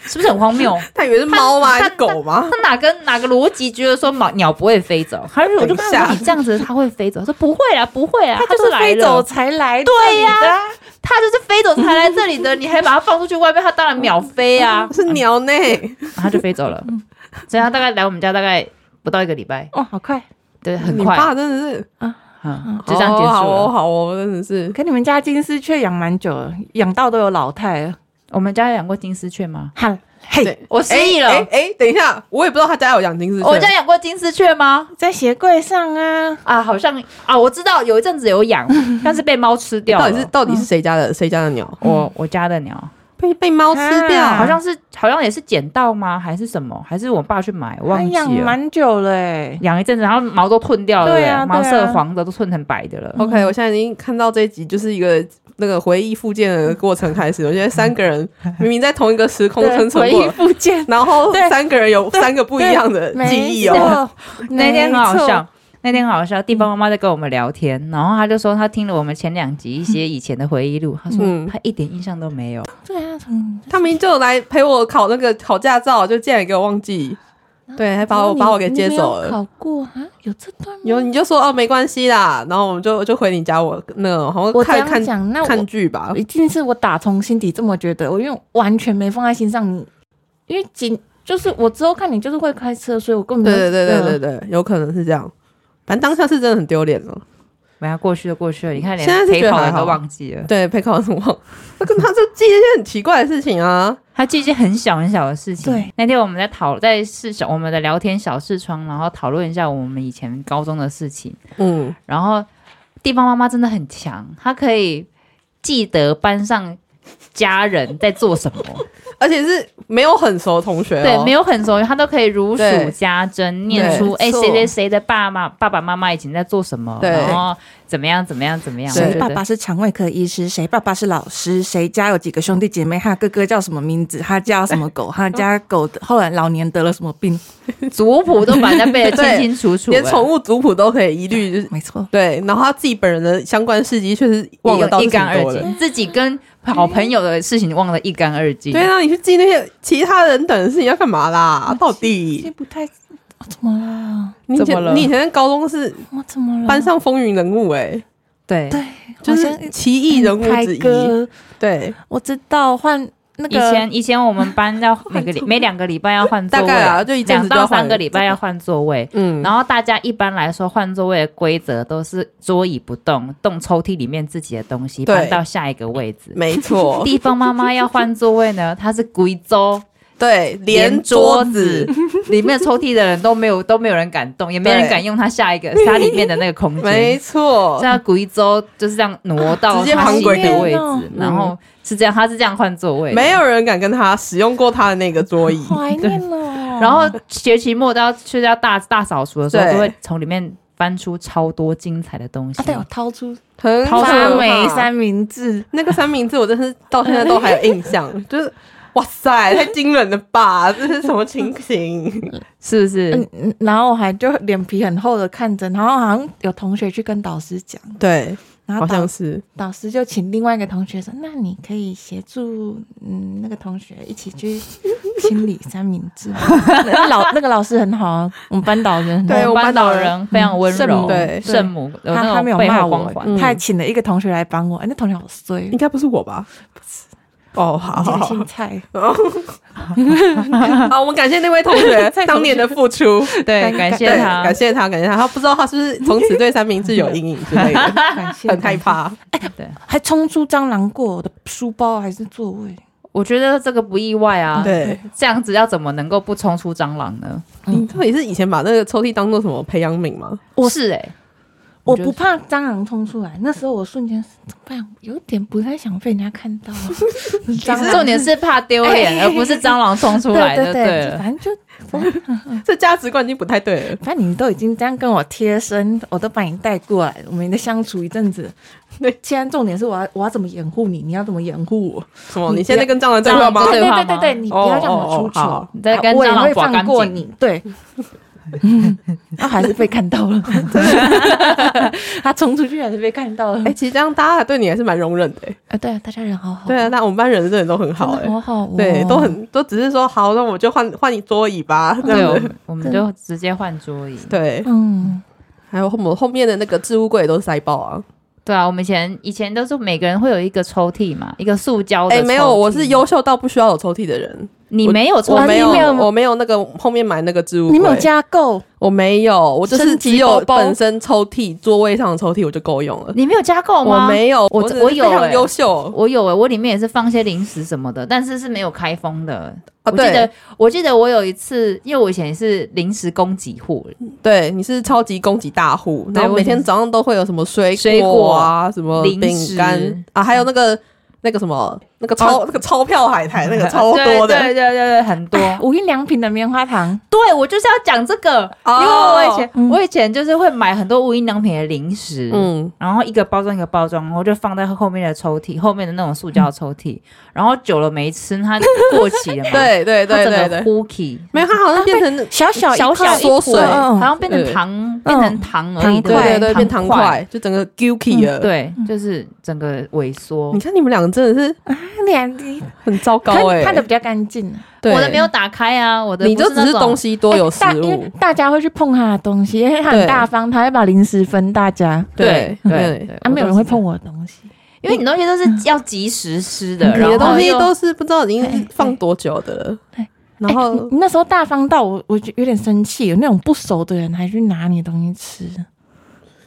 [SPEAKER 2] 是不是很荒谬？
[SPEAKER 3] 她以为是 猫吗？还
[SPEAKER 2] 她
[SPEAKER 3] 是狗吗？
[SPEAKER 2] 他哪根哪个逻辑觉得说鸟鸟不会飞走？他就我就跟他
[SPEAKER 3] 等一下
[SPEAKER 2] 说你这样子它会飞走，他说不会啦，不会啦，
[SPEAKER 1] 他就
[SPEAKER 2] 啊都
[SPEAKER 1] 是
[SPEAKER 2] 来
[SPEAKER 1] 飞
[SPEAKER 2] 了
[SPEAKER 1] 走才来这
[SPEAKER 2] 对
[SPEAKER 1] 里的啊，
[SPEAKER 2] 呀、它就是飞走才来这里的，你还把它放出去外面，它当然秒飞 啊，
[SPEAKER 3] 是鸟呢？
[SPEAKER 2] 它就飞走了。所以它大概来我们家大概不到一个礼拜，
[SPEAKER 1] 哇，哦好快！
[SPEAKER 2] 对，很
[SPEAKER 3] 你
[SPEAKER 2] 快，
[SPEAKER 3] 爸真的是
[SPEAKER 2] 嗯，就这样结束
[SPEAKER 3] 好哦，
[SPEAKER 2] 了。
[SPEAKER 3] 好哦，真的是
[SPEAKER 1] 可你们家金丝雀养蛮久了，养到都有老态了。
[SPEAKER 2] 我们家有养过金丝雀吗？
[SPEAKER 1] 哈，嘿，
[SPEAKER 3] 对
[SPEAKER 2] 我失忆了
[SPEAKER 3] 哎、哎哎等一下，我也不知道他家有养金丝雀。
[SPEAKER 2] 哦
[SPEAKER 3] 哎
[SPEAKER 2] 我家养过金丝雀吗？
[SPEAKER 1] 在鞋柜上啊，
[SPEAKER 2] 啊，好像啊，我知道有一阵子有 养，但是被猫吃掉
[SPEAKER 3] 到
[SPEAKER 2] 了。
[SPEAKER 3] 底是到底是谁家的谁家的鸟
[SPEAKER 2] 我我家的鸟，
[SPEAKER 3] 被被猫吃掉？
[SPEAKER 1] 啊
[SPEAKER 2] 好像是好像也是捡到吗？还是什么？还是我爸去买？我
[SPEAKER 1] 它
[SPEAKER 2] 忘记
[SPEAKER 3] 哎
[SPEAKER 1] 养
[SPEAKER 2] 了。
[SPEAKER 1] 哎蛮久了欸，
[SPEAKER 2] 养一阵子，然后毛都褪掉了，
[SPEAKER 1] 对啊
[SPEAKER 2] 不毛
[SPEAKER 1] 对
[SPEAKER 2] 色
[SPEAKER 1] 啊
[SPEAKER 2] 黄的都褪成白的了。
[SPEAKER 3] OK，我现在已经看到这一集就是一个那个回忆复健的过程开始。我觉得三个人明明在同一个时空生存
[SPEAKER 1] 回
[SPEAKER 3] 过
[SPEAKER 1] 忆，附件
[SPEAKER 3] 然后
[SPEAKER 1] 对
[SPEAKER 3] 三个人有三个不一样的 记忆哦。
[SPEAKER 1] 哦。
[SPEAKER 2] 那天
[SPEAKER 1] 没
[SPEAKER 2] 很好
[SPEAKER 1] 错
[SPEAKER 2] 笑，，那天很好笑。地
[SPEAKER 3] 嗯
[SPEAKER 2] 方妈妈在跟我们聊天，然后她就说她听了我们前两集一些以前的回忆录，她说
[SPEAKER 3] 嗯
[SPEAKER 2] 她一点印象都没有。
[SPEAKER 1] 对啊，从
[SPEAKER 3] 他明明就来陪我考那个考驾照，就竟然给我忘记。对，还把我把我给接走
[SPEAKER 1] 你没有
[SPEAKER 3] 了。
[SPEAKER 1] 考过啊？有这段吗？
[SPEAKER 3] 有你就说哦没关系啦，然后我们就就回你家我那个好像
[SPEAKER 1] 我这
[SPEAKER 3] 看
[SPEAKER 1] 样
[SPEAKER 3] 看
[SPEAKER 1] 讲，那
[SPEAKER 3] 看
[SPEAKER 1] 我
[SPEAKER 3] 剧吧，
[SPEAKER 1] 一定是我打从心底这么觉得，我因为完全没放在心上。你因为仅就是我之后看你就是会开车，所以我根本
[SPEAKER 3] 对
[SPEAKER 1] 就
[SPEAKER 3] 对对对对
[SPEAKER 1] 嗯
[SPEAKER 3] 对，有可能是这样。反正当下是真的很丢脸了，
[SPEAKER 2] 没有过去就过去了。你看，连
[SPEAKER 3] 现在是觉
[SPEAKER 2] 陪
[SPEAKER 3] 得
[SPEAKER 2] 考
[SPEAKER 3] 还
[SPEAKER 2] 人
[SPEAKER 3] 好
[SPEAKER 2] 都忘记了。
[SPEAKER 3] 对，配考什么？他跟他就记一些很奇怪的事情啊，
[SPEAKER 2] 他记一些很小很小的事情。
[SPEAKER 1] 对，
[SPEAKER 2] 那天我们在讨在是小我们的聊天小视窗，然后讨论一下我们以前高中的事情。
[SPEAKER 3] 嗯，
[SPEAKER 2] 然后地方妈妈真的很强，她可以记得班上家人在做什么，
[SPEAKER 3] 而且是没有很熟的同学、哦，
[SPEAKER 2] 对，没有很熟，她都可以如数
[SPEAKER 3] 对
[SPEAKER 2] 家珍，念出哎
[SPEAKER 1] 没错
[SPEAKER 2] 谁谁谁的爸妈爸爸妈妈以前在做什么，
[SPEAKER 3] 对
[SPEAKER 2] 然后怎么样怎么样怎么样，我
[SPEAKER 1] 谁
[SPEAKER 2] 觉
[SPEAKER 1] 爸
[SPEAKER 2] 得
[SPEAKER 1] 爸是肠胃科医师？谁爸爸是老师？谁家有几个兄弟姐妹？他哥哥叫什么名字？他家有什么狗？他家狗后来老年得了什么病？
[SPEAKER 2] 族谱都把人家背 得清清楚楚了，
[SPEAKER 3] 连宠物族谱都可以一律就是
[SPEAKER 1] 没错，
[SPEAKER 3] 对，然后他自己本人的相关事迹确实忘得到
[SPEAKER 2] 一
[SPEAKER 3] 挺
[SPEAKER 2] 干二
[SPEAKER 3] 多的。
[SPEAKER 2] 净，自己跟好朋友的事情忘得一干二净。
[SPEAKER 3] 对啊，你去记那些其他人等的事情要干嘛啦？到底
[SPEAKER 1] 不太、哦怎么啦？
[SPEAKER 3] 你以
[SPEAKER 2] 怎么了
[SPEAKER 3] 前你以前在高中是
[SPEAKER 1] 我怎么了？
[SPEAKER 3] 班上风云人物哎、
[SPEAKER 2] 对
[SPEAKER 1] 对，
[SPEAKER 3] 就
[SPEAKER 1] 好
[SPEAKER 3] 是
[SPEAKER 1] 像
[SPEAKER 3] 奇异人物
[SPEAKER 1] 凯
[SPEAKER 3] 之一。
[SPEAKER 1] 哥，
[SPEAKER 3] 对，
[SPEAKER 1] 我知道换那
[SPEAKER 2] 以
[SPEAKER 1] 个
[SPEAKER 2] 前以前我们班要每 个礼每两个礼拜要换座位，
[SPEAKER 3] 大概啊就一阵
[SPEAKER 2] 两
[SPEAKER 3] 子就要
[SPEAKER 2] 到
[SPEAKER 3] 换
[SPEAKER 2] 三个礼拜要换座位。
[SPEAKER 3] 嗯，
[SPEAKER 2] 然后大家一般来说换座位的规则都是桌椅不动，动抽屉里面自己的东西
[SPEAKER 3] 对
[SPEAKER 2] 搬到下一个位置。
[SPEAKER 3] 没 错，
[SPEAKER 2] 地方妈妈要换座位呢， 她是贵州
[SPEAKER 3] 对，连桌子，
[SPEAKER 2] 里面抽屉的人都没有都没有人敢动，也没人
[SPEAKER 3] 对
[SPEAKER 2] 敢用它下一个它里面的那个空间。
[SPEAKER 3] 没错
[SPEAKER 2] 这，样古一周就是这样挪到
[SPEAKER 3] 直接
[SPEAKER 2] 他
[SPEAKER 3] 旁
[SPEAKER 2] 新
[SPEAKER 3] 轨
[SPEAKER 2] 的
[SPEAKER 1] 给
[SPEAKER 2] 位
[SPEAKER 1] 弄
[SPEAKER 2] 置，然后是这样，他是这样换座位，
[SPEAKER 3] 嗯没。有人敢跟他使用过他的那个桌椅。
[SPEAKER 1] 怀念了，
[SPEAKER 2] 然后学期末到去到大大扫除的时候，
[SPEAKER 3] 对
[SPEAKER 2] 都会从里面翻出超多精彩的东西
[SPEAKER 1] 啊，。对，我掏出
[SPEAKER 3] 很
[SPEAKER 2] 掏出
[SPEAKER 3] 可
[SPEAKER 1] 发
[SPEAKER 3] 怕
[SPEAKER 1] 霉三明治，
[SPEAKER 3] 那个三明治，我真是到现在都还有印 象，就是哇塞，太惊人了吧！这是什么情形？
[SPEAKER 2] 是不是
[SPEAKER 1] 嗯？嗯，然后我还就脸皮很厚的看着，然后好像有同学去跟导师讲，
[SPEAKER 3] 对，
[SPEAKER 1] 然
[SPEAKER 3] 好
[SPEAKER 1] 后导
[SPEAKER 3] 像是
[SPEAKER 1] 导师就请另外一个同学说，那你可以协助嗯那个同学一起 去清理三明治吗。 那老那个老师很好啊，我们班导人很好
[SPEAKER 3] 对
[SPEAKER 2] 我
[SPEAKER 3] 我
[SPEAKER 2] 们班
[SPEAKER 3] 们班
[SPEAKER 2] 导
[SPEAKER 3] 导人
[SPEAKER 2] 人非常温
[SPEAKER 3] 圣
[SPEAKER 2] 柔
[SPEAKER 3] 母，对
[SPEAKER 2] 圣母有
[SPEAKER 1] 他
[SPEAKER 2] 那
[SPEAKER 1] 他没
[SPEAKER 2] 种
[SPEAKER 1] 有
[SPEAKER 2] 背
[SPEAKER 1] 骂
[SPEAKER 2] 后光
[SPEAKER 1] 我，
[SPEAKER 2] 环。
[SPEAKER 3] 嗯
[SPEAKER 1] 他还请了一个同学来帮我，哎那同学好衰
[SPEAKER 3] 应，该不是我吧？哦，好
[SPEAKER 1] 这
[SPEAKER 3] 好
[SPEAKER 1] 个
[SPEAKER 3] 好
[SPEAKER 1] 姓蔡，
[SPEAKER 3] 好，我们感谢那位同学当年的付出，
[SPEAKER 2] 对，感谢他
[SPEAKER 3] 感。谢他，感谢他。他不知道他是不是从此对三明治有阴影之类的，
[SPEAKER 1] 感谢
[SPEAKER 3] 很害，怕。
[SPEAKER 1] 还冲出蟑螂过我的书包还是座位，
[SPEAKER 2] 我觉得这个不意外啊。
[SPEAKER 3] 对，
[SPEAKER 2] 这样子要怎么能够不冲出蟑螂呢？
[SPEAKER 3] 你到底是以前把那个抽屉当做什么培养皿吗？
[SPEAKER 1] 我
[SPEAKER 2] 是哎，
[SPEAKER 1] 我
[SPEAKER 2] 觉
[SPEAKER 1] 不
[SPEAKER 2] 得
[SPEAKER 1] 怕蟑螂冲出来，那时候我瞬间怎么办？有点不太想被人家看到、 啊。蟑螂
[SPEAKER 2] 重点是怕丢 脸，而不是蟑螂冲出来
[SPEAKER 1] 对
[SPEAKER 2] 的。
[SPEAKER 1] 对，
[SPEAKER 2] 了
[SPEAKER 1] 就。反正就
[SPEAKER 3] 这价值观已经不太对了。
[SPEAKER 1] 反正你都已经这样跟我贴身，我都把你带过来，我们的相处一阵子。
[SPEAKER 3] 对，
[SPEAKER 1] 现在重点是我要我要怎么掩护你，你要怎么掩护我？
[SPEAKER 3] 什么？你现在跟蟑螂对话吗
[SPEAKER 2] 蟑？螂
[SPEAKER 1] 对
[SPEAKER 2] 对
[SPEAKER 1] 对
[SPEAKER 2] 话
[SPEAKER 1] 对
[SPEAKER 2] 吗
[SPEAKER 1] 对对，你不要让我出
[SPEAKER 3] 哦哦哦好
[SPEAKER 1] 丑，
[SPEAKER 2] 你在跟
[SPEAKER 1] 我也
[SPEAKER 2] 蟑螂
[SPEAKER 1] 会
[SPEAKER 2] 刮干
[SPEAKER 1] 放过
[SPEAKER 2] 净
[SPEAKER 1] 你。对，他还是被看到了， 他冲出去还是被看到了
[SPEAKER 3] 哎、。其实这样大家对你还是蛮容忍的、欸。
[SPEAKER 1] 哎，对啊，大家人好好，
[SPEAKER 3] 对啊，那我们班人真的都很
[SPEAKER 1] 真
[SPEAKER 3] 好哎、
[SPEAKER 1] 的好好哦，
[SPEAKER 3] 对，都很都只是说好，那我就换换你桌椅吧，
[SPEAKER 2] 对，
[SPEAKER 3] 这
[SPEAKER 2] 我
[SPEAKER 3] 样子。
[SPEAKER 2] 们我们就直接换桌椅。
[SPEAKER 3] 对，
[SPEAKER 1] 嗯。
[SPEAKER 3] 还有后面后面的那个置物柜也都塞爆啊！
[SPEAKER 2] 对啊，我们以前以前都是每个人会有一个抽屉嘛，一个塑胶的。
[SPEAKER 3] 哎、没有，我是，优秀到不需要有抽屉的人，
[SPEAKER 2] 你没有抽
[SPEAKER 3] 我
[SPEAKER 2] 屉，
[SPEAKER 3] 没有
[SPEAKER 2] 你，
[SPEAKER 3] 我没有那个后面买那个置物柜，
[SPEAKER 1] 你没有加购，
[SPEAKER 3] 我没有，我就是
[SPEAKER 1] 升级
[SPEAKER 3] 只
[SPEAKER 1] 包
[SPEAKER 3] 有
[SPEAKER 1] 包
[SPEAKER 3] 本身抽屉座位上的抽屉我就够用了。
[SPEAKER 2] 你没有加购
[SPEAKER 3] 我
[SPEAKER 2] 吗？
[SPEAKER 3] 没有，
[SPEAKER 2] 我
[SPEAKER 3] 只是
[SPEAKER 2] 我有
[SPEAKER 3] 非常
[SPEAKER 2] 欸
[SPEAKER 3] 优秀
[SPEAKER 2] 我有诶、我里面也是放些零食什么的，但是是没有开封的。
[SPEAKER 3] 啊！
[SPEAKER 2] 我记
[SPEAKER 3] 对
[SPEAKER 2] 得，我记得我有一次，因为我以前是零食供给户，
[SPEAKER 3] 对，你是超级供给大户，
[SPEAKER 2] 对
[SPEAKER 3] 然后
[SPEAKER 2] 我以
[SPEAKER 3] 每
[SPEAKER 2] 前
[SPEAKER 3] 天早上都会有什么水
[SPEAKER 2] 水
[SPEAKER 3] 果啊，什么
[SPEAKER 2] 零
[SPEAKER 3] 饼
[SPEAKER 2] 食啊
[SPEAKER 3] 干啊，还有那个那个什么那个钞那个钞票海苔 那个超多的，
[SPEAKER 2] 对对对对对，很多。
[SPEAKER 1] 哎无印良品的棉花糖，
[SPEAKER 2] 对我就是要讲这个，因
[SPEAKER 3] 哦
[SPEAKER 2] 为我以前、
[SPEAKER 1] 嗯
[SPEAKER 2] 我以前就是会买很多无印良品的零食，
[SPEAKER 3] 嗯，
[SPEAKER 2] 然后一个包装一个包装，然后就放在后面的抽屉，后面的那种塑胶抽屉，然后久了没吃，它过期了嘛，，
[SPEAKER 3] 嗯 对对
[SPEAKER 2] 它
[SPEAKER 3] 对
[SPEAKER 2] 整
[SPEAKER 3] 对
[SPEAKER 2] 个
[SPEAKER 3] 对，
[SPEAKER 2] cookie
[SPEAKER 3] 没有，它好像变成
[SPEAKER 1] 小小
[SPEAKER 2] 小小
[SPEAKER 1] 一
[SPEAKER 2] 一
[SPEAKER 1] 块
[SPEAKER 3] 缩水
[SPEAKER 2] 好
[SPEAKER 1] 嗯
[SPEAKER 2] 像变成
[SPEAKER 3] 对
[SPEAKER 2] 糖，变成糖而
[SPEAKER 1] 糖
[SPEAKER 2] 已，对
[SPEAKER 3] 对
[SPEAKER 2] 不
[SPEAKER 1] 块
[SPEAKER 3] 对对变糖嗯
[SPEAKER 2] 块，
[SPEAKER 3] 块，就整个 guilty 了。
[SPEAKER 2] 对，就是整个萎缩
[SPEAKER 3] 嗯你。看你们两个真的是
[SPEAKER 1] 脸哎你
[SPEAKER 3] 很糟糕
[SPEAKER 1] 可
[SPEAKER 3] 哎、
[SPEAKER 1] 他的比较干净啊，
[SPEAKER 3] 对
[SPEAKER 2] 我的没有，打开啊，我的
[SPEAKER 3] 你就
[SPEAKER 2] 不
[SPEAKER 3] 只是
[SPEAKER 2] 那种
[SPEAKER 3] 东西多有
[SPEAKER 1] 哎
[SPEAKER 3] 食
[SPEAKER 1] 大因为
[SPEAKER 3] 物，
[SPEAKER 1] 大家会去碰他的东西，因为他
[SPEAKER 3] 对
[SPEAKER 1] 很大方，他会把零食分大家。
[SPEAKER 3] 对嗯
[SPEAKER 2] 对
[SPEAKER 3] 对
[SPEAKER 2] 对
[SPEAKER 1] 啊，没有人会，碰
[SPEAKER 2] 我
[SPEAKER 1] 我的东西，
[SPEAKER 2] 都是因为你东西都是要及时吃的，
[SPEAKER 3] 嗯你
[SPEAKER 2] 然
[SPEAKER 3] 的东
[SPEAKER 2] 后
[SPEAKER 3] 西
[SPEAKER 2] 又哎
[SPEAKER 3] 都是不知道已经放多久的了
[SPEAKER 1] 对，
[SPEAKER 3] 然
[SPEAKER 1] 哎
[SPEAKER 3] 后
[SPEAKER 1] 你你那时候大方到我，我就有点生气，有那种不熟的人还去拿你的东西吃，
[SPEAKER 2] 哎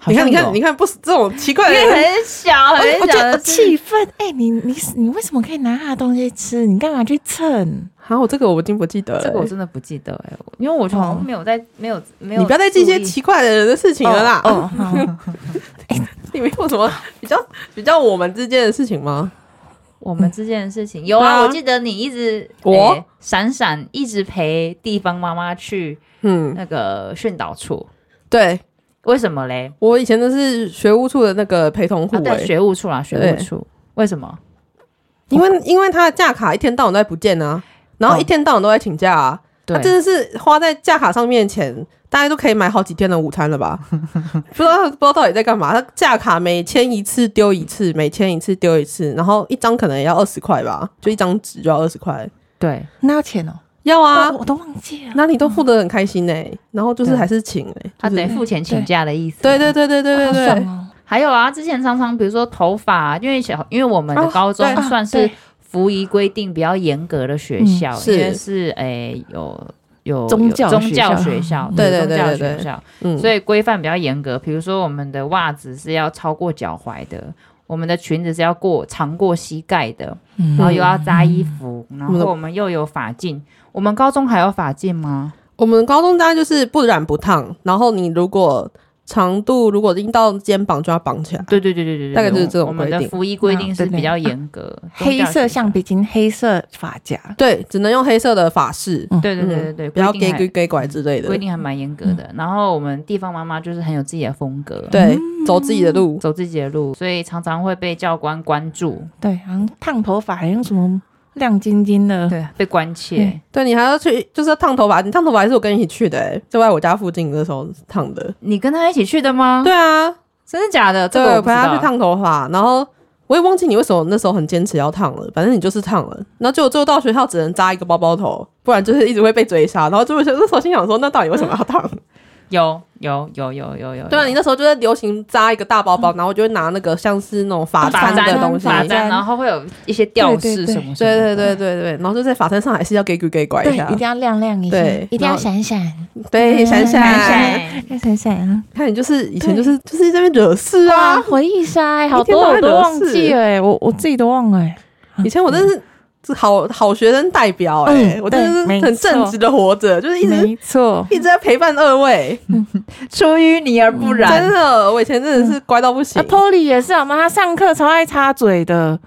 [SPEAKER 2] 好
[SPEAKER 3] 你
[SPEAKER 2] 像
[SPEAKER 3] 看你
[SPEAKER 2] 有
[SPEAKER 3] 看你看不是这种奇怪的
[SPEAKER 2] 因为
[SPEAKER 3] 人，
[SPEAKER 2] 很小
[SPEAKER 3] 哦
[SPEAKER 2] 很
[SPEAKER 1] 我我
[SPEAKER 2] 小
[SPEAKER 1] 就
[SPEAKER 2] 的吃
[SPEAKER 1] 气愤。哎、你你你为什么可以拿他的东西吃？你干嘛去蹭？
[SPEAKER 3] 好，我这个我已经不记得了、
[SPEAKER 2] 这个我真的不记得哎、因为我就好像没有在没有没有，
[SPEAKER 3] 哦你不要再记一些奇怪的人的事情了啦。
[SPEAKER 1] 哦，好，
[SPEAKER 3] 你没有什么比较比较我们之间的事情吗？
[SPEAKER 2] 我们之间的事情。有
[SPEAKER 3] 嗯对啊
[SPEAKER 2] 啊，我记得你一直
[SPEAKER 3] 我
[SPEAKER 2] 哎闪闪一直陪地方妈妈去
[SPEAKER 3] 嗯，
[SPEAKER 2] 那个训导处，
[SPEAKER 3] 对
[SPEAKER 2] 为什么嘞？
[SPEAKER 3] 我以前都是学务处的那个陪同护
[SPEAKER 2] 啊，
[SPEAKER 3] 卫、
[SPEAKER 2] 对，学务处啦，学务处，为什么？
[SPEAKER 3] 因为因为他的假卡一天到晚都在不见啊，然后
[SPEAKER 2] 哦
[SPEAKER 3] 一天到晚都在请假啊，他
[SPEAKER 2] 对，
[SPEAKER 3] 真的是花在假卡上面的钱，大家都可以买好几天的午餐了吧？ 不知道不知道到底在干嘛？他假卡每签一次丢一次，每签一次丢一次，然后一张可能也要二十块吧，就一张纸就要二十块，
[SPEAKER 2] 对，
[SPEAKER 1] 那要钱哦、
[SPEAKER 3] 要啊
[SPEAKER 1] 啊，，我都忘记了。
[SPEAKER 3] 那你都付得很开心呢、然后就是
[SPEAKER 2] 对
[SPEAKER 3] 还是请哎、
[SPEAKER 2] 他
[SPEAKER 3] 就是
[SPEAKER 2] 得付钱请假的意思。
[SPEAKER 3] 对对对对对对对，
[SPEAKER 1] 好爽哦
[SPEAKER 2] 还有啊，之前常常比如说头发啊、因为小，因为我们的
[SPEAKER 3] 哦
[SPEAKER 2] 高中
[SPEAKER 3] 对
[SPEAKER 2] 算
[SPEAKER 1] 啊
[SPEAKER 2] 是
[SPEAKER 1] 对
[SPEAKER 2] 服仪规定比较严格的学校，
[SPEAKER 3] 嗯是
[SPEAKER 2] 因为是诶、有有
[SPEAKER 1] 宗
[SPEAKER 2] 有
[SPEAKER 1] 教
[SPEAKER 2] 宗
[SPEAKER 1] 学
[SPEAKER 2] 教
[SPEAKER 1] 校
[SPEAKER 2] 学校，
[SPEAKER 3] 对
[SPEAKER 2] 有
[SPEAKER 3] 嗯对对
[SPEAKER 2] 宗教
[SPEAKER 3] 对对
[SPEAKER 2] 学校，
[SPEAKER 3] 嗯，
[SPEAKER 2] 所以规范比较严格。比如说我们的袜子是要超过脚踝的，我们的裙子是要过长过膝盖的，
[SPEAKER 1] 嗯
[SPEAKER 3] 哦
[SPEAKER 2] 然后又
[SPEAKER 3] 啊
[SPEAKER 2] 要扎衣服，然
[SPEAKER 3] 我们
[SPEAKER 2] 后
[SPEAKER 3] 的
[SPEAKER 2] 我们又有发镜。我们高中还有发镜吗？
[SPEAKER 3] 我们高中大家就是不染不烫，然后你如果长度如果已经到肩膀就要绑起来，
[SPEAKER 2] 对对对对对对，
[SPEAKER 3] 大概就是这种
[SPEAKER 2] 我们的
[SPEAKER 3] 规定
[SPEAKER 2] 服役规定是
[SPEAKER 1] 那对对
[SPEAKER 2] 比较严格，宗
[SPEAKER 1] 黑
[SPEAKER 2] 教
[SPEAKER 1] 色
[SPEAKER 2] 学
[SPEAKER 1] 橡皮筋、黑色发夹，
[SPEAKER 3] 对，只能用黑色的发饰，
[SPEAKER 2] 对对对对
[SPEAKER 3] 嗯
[SPEAKER 2] 对，
[SPEAKER 3] 不要
[SPEAKER 2] 规定
[SPEAKER 3] 给
[SPEAKER 2] 还
[SPEAKER 3] 给给拐之类的嗯
[SPEAKER 2] 规，定还蛮严格的。然后我们地方妈妈就是很有自己的风格，
[SPEAKER 3] 对，
[SPEAKER 2] 嗯
[SPEAKER 3] 走自己的路，
[SPEAKER 2] 走自己的路，所以常常会被教官关注，
[SPEAKER 1] 对，好像烫头发，还用什么亮晶晶的，
[SPEAKER 2] 对，被关切。
[SPEAKER 3] 对你还要去就是要烫头发，你烫头发还是我跟你一起去的、欸，就在我家附近的时候烫的，
[SPEAKER 2] 你跟他一起去的吗？
[SPEAKER 3] 对，啊，
[SPEAKER 2] 真的假的？这
[SPEAKER 3] 对，
[SPEAKER 2] 个我
[SPEAKER 3] 我
[SPEAKER 2] 不
[SPEAKER 3] 陪
[SPEAKER 2] 知
[SPEAKER 3] 他
[SPEAKER 2] 道
[SPEAKER 3] 去。烫头发，然后。我也忘记你为什么那时候很坚持要烫了，反正你就是烫了，然后结果最后到学校只能扎一个包包头，不然就是一直会被追杀。然后就会那时候心想说，那到底为什么 要烫？
[SPEAKER 2] 有有有有有有。
[SPEAKER 3] 对啊，你
[SPEAKER 2] 的
[SPEAKER 3] 那时候就在流行扎一个大包包，然后我就会拿那个像是那种发
[SPEAKER 2] 发
[SPEAKER 3] 簪的
[SPEAKER 2] 簪
[SPEAKER 3] 东
[SPEAKER 2] 嗯
[SPEAKER 3] 西，
[SPEAKER 2] 发簪，
[SPEAKER 1] 簪
[SPEAKER 2] 然后会有一些吊饰
[SPEAKER 1] 对对对
[SPEAKER 2] 什么什
[SPEAKER 3] 对
[SPEAKER 2] 么
[SPEAKER 3] 对
[SPEAKER 2] 的。
[SPEAKER 3] 对对对，然后就在发簪上还是要给给给拐一
[SPEAKER 1] 对，
[SPEAKER 3] 下
[SPEAKER 1] 一定，要亮亮一下
[SPEAKER 3] 对，
[SPEAKER 1] 一定要
[SPEAKER 3] 然后
[SPEAKER 1] 闪闪，
[SPEAKER 3] 对，
[SPEAKER 1] 嗯
[SPEAKER 3] 闪
[SPEAKER 1] 闪
[SPEAKER 3] 闪
[SPEAKER 2] 哎
[SPEAKER 1] 闪要闪闪啊！
[SPEAKER 3] 看你就是以前就是就是在那边惹事
[SPEAKER 1] 哇，
[SPEAKER 3] 啊，
[SPEAKER 1] 回忆杀、欸，
[SPEAKER 3] 一
[SPEAKER 1] 好
[SPEAKER 3] 天
[SPEAKER 1] 多
[SPEAKER 3] 到
[SPEAKER 1] 我
[SPEAKER 3] 晚
[SPEAKER 1] 都
[SPEAKER 3] 惹
[SPEAKER 1] 忘
[SPEAKER 3] 事
[SPEAKER 1] 记了、欸，我我自己都忘了、欸。
[SPEAKER 3] 以前我真是。是好好学生代表哎、
[SPEAKER 1] 嗯
[SPEAKER 3] 我真的
[SPEAKER 1] 对
[SPEAKER 3] 是很
[SPEAKER 1] 没错
[SPEAKER 3] 正直的活着，就是一直
[SPEAKER 1] 错，
[SPEAKER 3] 一直在陪伴二位，
[SPEAKER 2] 出淤泥而不
[SPEAKER 3] 真
[SPEAKER 2] 染。
[SPEAKER 3] 的，我以前真的是乖到不行
[SPEAKER 1] 啊。，Polly 也是好吗？他上课超爱插嘴的，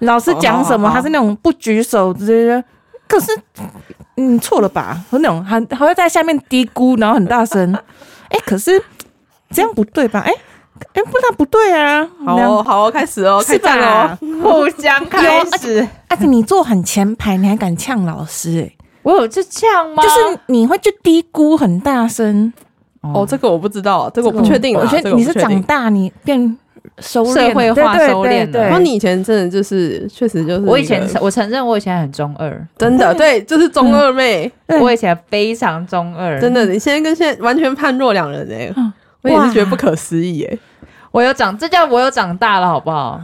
[SPEAKER 1] 老师讲什么，
[SPEAKER 3] 哦好好
[SPEAKER 1] 他是那种不举手直接。可是，嗯，错了吧？那种还还会在下面嘀咕，然后很大 声。哎、可是这样不对吧？哎、哎、不然不对啊。
[SPEAKER 3] 好
[SPEAKER 1] 那样
[SPEAKER 3] 哦，好哦，开始哦，开
[SPEAKER 1] 是
[SPEAKER 3] 战哦
[SPEAKER 1] 吧？。
[SPEAKER 2] 互相开
[SPEAKER 3] 啊
[SPEAKER 2] 始，
[SPEAKER 1] 而啊且你坐很前排，你还敢呛老师、欸？
[SPEAKER 2] 我有去呛吗？
[SPEAKER 1] 就是你会去嘀咕很大声。
[SPEAKER 3] 哦，这个我不知道，这个我不确定啊，
[SPEAKER 1] 我觉
[SPEAKER 3] 这
[SPEAKER 1] 得
[SPEAKER 3] 个
[SPEAKER 1] 你
[SPEAKER 3] 不
[SPEAKER 1] 是
[SPEAKER 3] 确定
[SPEAKER 1] 长大，你变收敛了，
[SPEAKER 2] 社会化
[SPEAKER 1] 对对
[SPEAKER 2] 收敛了
[SPEAKER 1] 对对
[SPEAKER 3] 然后你以前真的就是，确实就是一个，
[SPEAKER 2] 我以前我承认我以前很中二，
[SPEAKER 3] 真的对，就是中二妹，
[SPEAKER 1] 对
[SPEAKER 2] 我以前非常中二，
[SPEAKER 3] 真的，你现在跟现在完全判若两人哎、
[SPEAKER 1] 嗯
[SPEAKER 3] 我也是
[SPEAKER 1] 哇
[SPEAKER 3] 觉得不可思议哎、
[SPEAKER 2] 我有长，这叫我有长大了，好不好？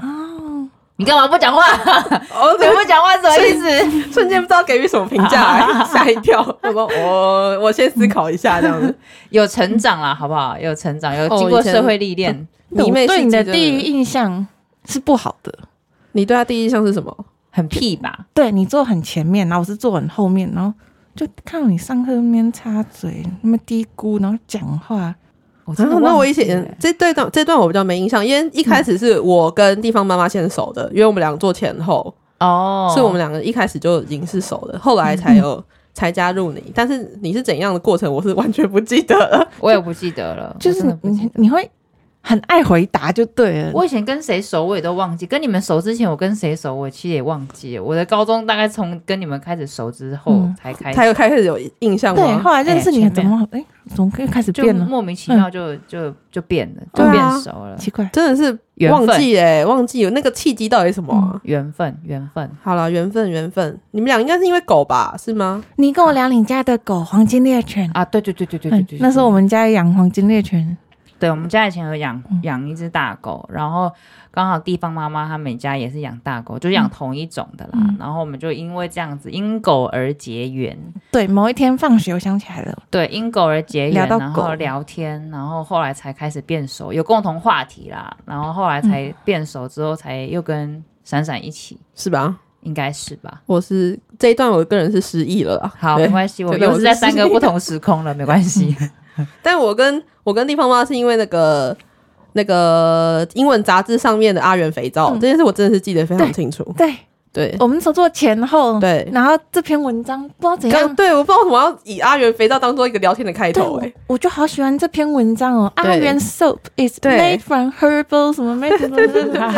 [SPEAKER 2] 你干嘛不讲话？
[SPEAKER 3] 我
[SPEAKER 2] 你
[SPEAKER 3] 怎么
[SPEAKER 2] 不讲话什么意思？
[SPEAKER 3] 瞬间不知道给予什么评价、 欸，吓一跳。我说我我先思考一下这样 子。
[SPEAKER 2] 有成长啦，好不好？有成长，有
[SPEAKER 3] 哦
[SPEAKER 2] 经过
[SPEAKER 3] 以前
[SPEAKER 2] 社会历练。
[SPEAKER 1] 对
[SPEAKER 3] 迷妹
[SPEAKER 1] 我对
[SPEAKER 3] 是
[SPEAKER 1] 你的
[SPEAKER 3] 真
[SPEAKER 1] 第一，印象是不好的，
[SPEAKER 3] 你对她第一印象是什么？
[SPEAKER 2] 很屁吧？
[SPEAKER 1] 对你坐很前面，然后我是坐很后面，然后就看到你上课那边插嘴，那么嘀咕，然后讲话，
[SPEAKER 2] 我真
[SPEAKER 3] 然
[SPEAKER 2] 的忘记了
[SPEAKER 3] 后啊那我以前这对段这段我比较没印象，因为一开始是我跟地方妈妈先熟的，因为我们两个坐前后，
[SPEAKER 2] 哦，
[SPEAKER 3] 是我们两个一开始就已经是熟的，后来才有。才加入你，但 是你是怎样的过程，我是完全不记得了。
[SPEAKER 2] 我也不记得了，
[SPEAKER 1] 就
[SPEAKER 2] 我真的
[SPEAKER 1] 是
[SPEAKER 2] 不记
[SPEAKER 1] 你
[SPEAKER 2] 得
[SPEAKER 1] 你会很爱回答就对了。
[SPEAKER 2] 我以前跟谁熟我也都忘记，跟你们熟之前我跟谁熟我其实也忘记了。我的高中大概从跟你们开始熟之后
[SPEAKER 1] 嗯
[SPEAKER 2] 才开始，
[SPEAKER 3] 才有开始有印象
[SPEAKER 1] 对，
[SPEAKER 3] 吗？
[SPEAKER 1] 后来认识你
[SPEAKER 2] 哎
[SPEAKER 1] 怎么哎，怎么可以开始
[SPEAKER 2] 就嗯
[SPEAKER 1] 变了？
[SPEAKER 2] 莫名其妙就、就就变了，
[SPEAKER 3] 对
[SPEAKER 2] 就
[SPEAKER 3] 啊
[SPEAKER 2] 变熟了。
[SPEAKER 1] 奇怪，
[SPEAKER 3] 真的是
[SPEAKER 2] 缘
[SPEAKER 3] 忘
[SPEAKER 2] 分
[SPEAKER 3] 记哎、忘记有那个契机到底是什么啊、
[SPEAKER 2] 缘分，缘分，
[SPEAKER 3] 好了，缘分，缘分，你们俩应该是因为狗吧？是吗？
[SPEAKER 1] 你跟我聊你家的狗黄金猎犬，
[SPEAKER 2] 啊，对对对对对对
[SPEAKER 1] 嗯
[SPEAKER 2] 对，
[SPEAKER 1] 那时候我们家养黄金猎犬，
[SPEAKER 2] 对我们家以前有养养一只大狗，然后刚好地方妈妈他们家也是养大狗，就养同一种的啦。
[SPEAKER 1] 嗯
[SPEAKER 2] 然后我们就因为这样子因狗而结缘，
[SPEAKER 1] 对，某一天放学我想起来了，
[SPEAKER 2] 对，因狗而结
[SPEAKER 1] 聊
[SPEAKER 2] 缘，
[SPEAKER 1] 到
[SPEAKER 2] 然
[SPEAKER 1] 狗
[SPEAKER 2] 后聊天，然后后来才开始变熟，有共同话题啦。然后后来才变熟之后，才又跟闪闪一起，
[SPEAKER 3] 是吧？
[SPEAKER 2] 应该是吧？
[SPEAKER 3] 我是这一段，我个人是失忆了啦。
[SPEAKER 2] 好，
[SPEAKER 3] 对
[SPEAKER 2] 没关系，我
[SPEAKER 3] 对对
[SPEAKER 2] 又
[SPEAKER 3] 我
[SPEAKER 2] 是
[SPEAKER 3] 是
[SPEAKER 2] 在三个不同时空了，没关系。
[SPEAKER 3] 但我跟我跟地方妈是因为那个那个英文杂志上面的阿元肥皂、
[SPEAKER 1] 嗯
[SPEAKER 3] 这件事，我真的是记得非常清楚。
[SPEAKER 1] 对
[SPEAKER 3] 对
[SPEAKER 1] 我们手做前后，
[SPEAKER 3] 对，
[SPEAKER 1] 然后这篇文章不知哦道怎
[SPEAKER 3] 刚
[SPEAKER 1] 样，
[SPEAKER 3] 对，我不知道为什么要以阿元肥皂当做一个聊天的开
[SPEAKER 1] 对
[SPEAKER 3] 头、
[SPEAKER 1] 我
[SPEAKER 3] 欸，
[SPEAKER 1] 我就好喜欢这篇文章哦。
[SPEAKER 3] 对
[SPEAKER 1] 阿元 soap is
[SPEAKER 3] 对
[SPEAKER 1] made from herbal 什么 made from 啊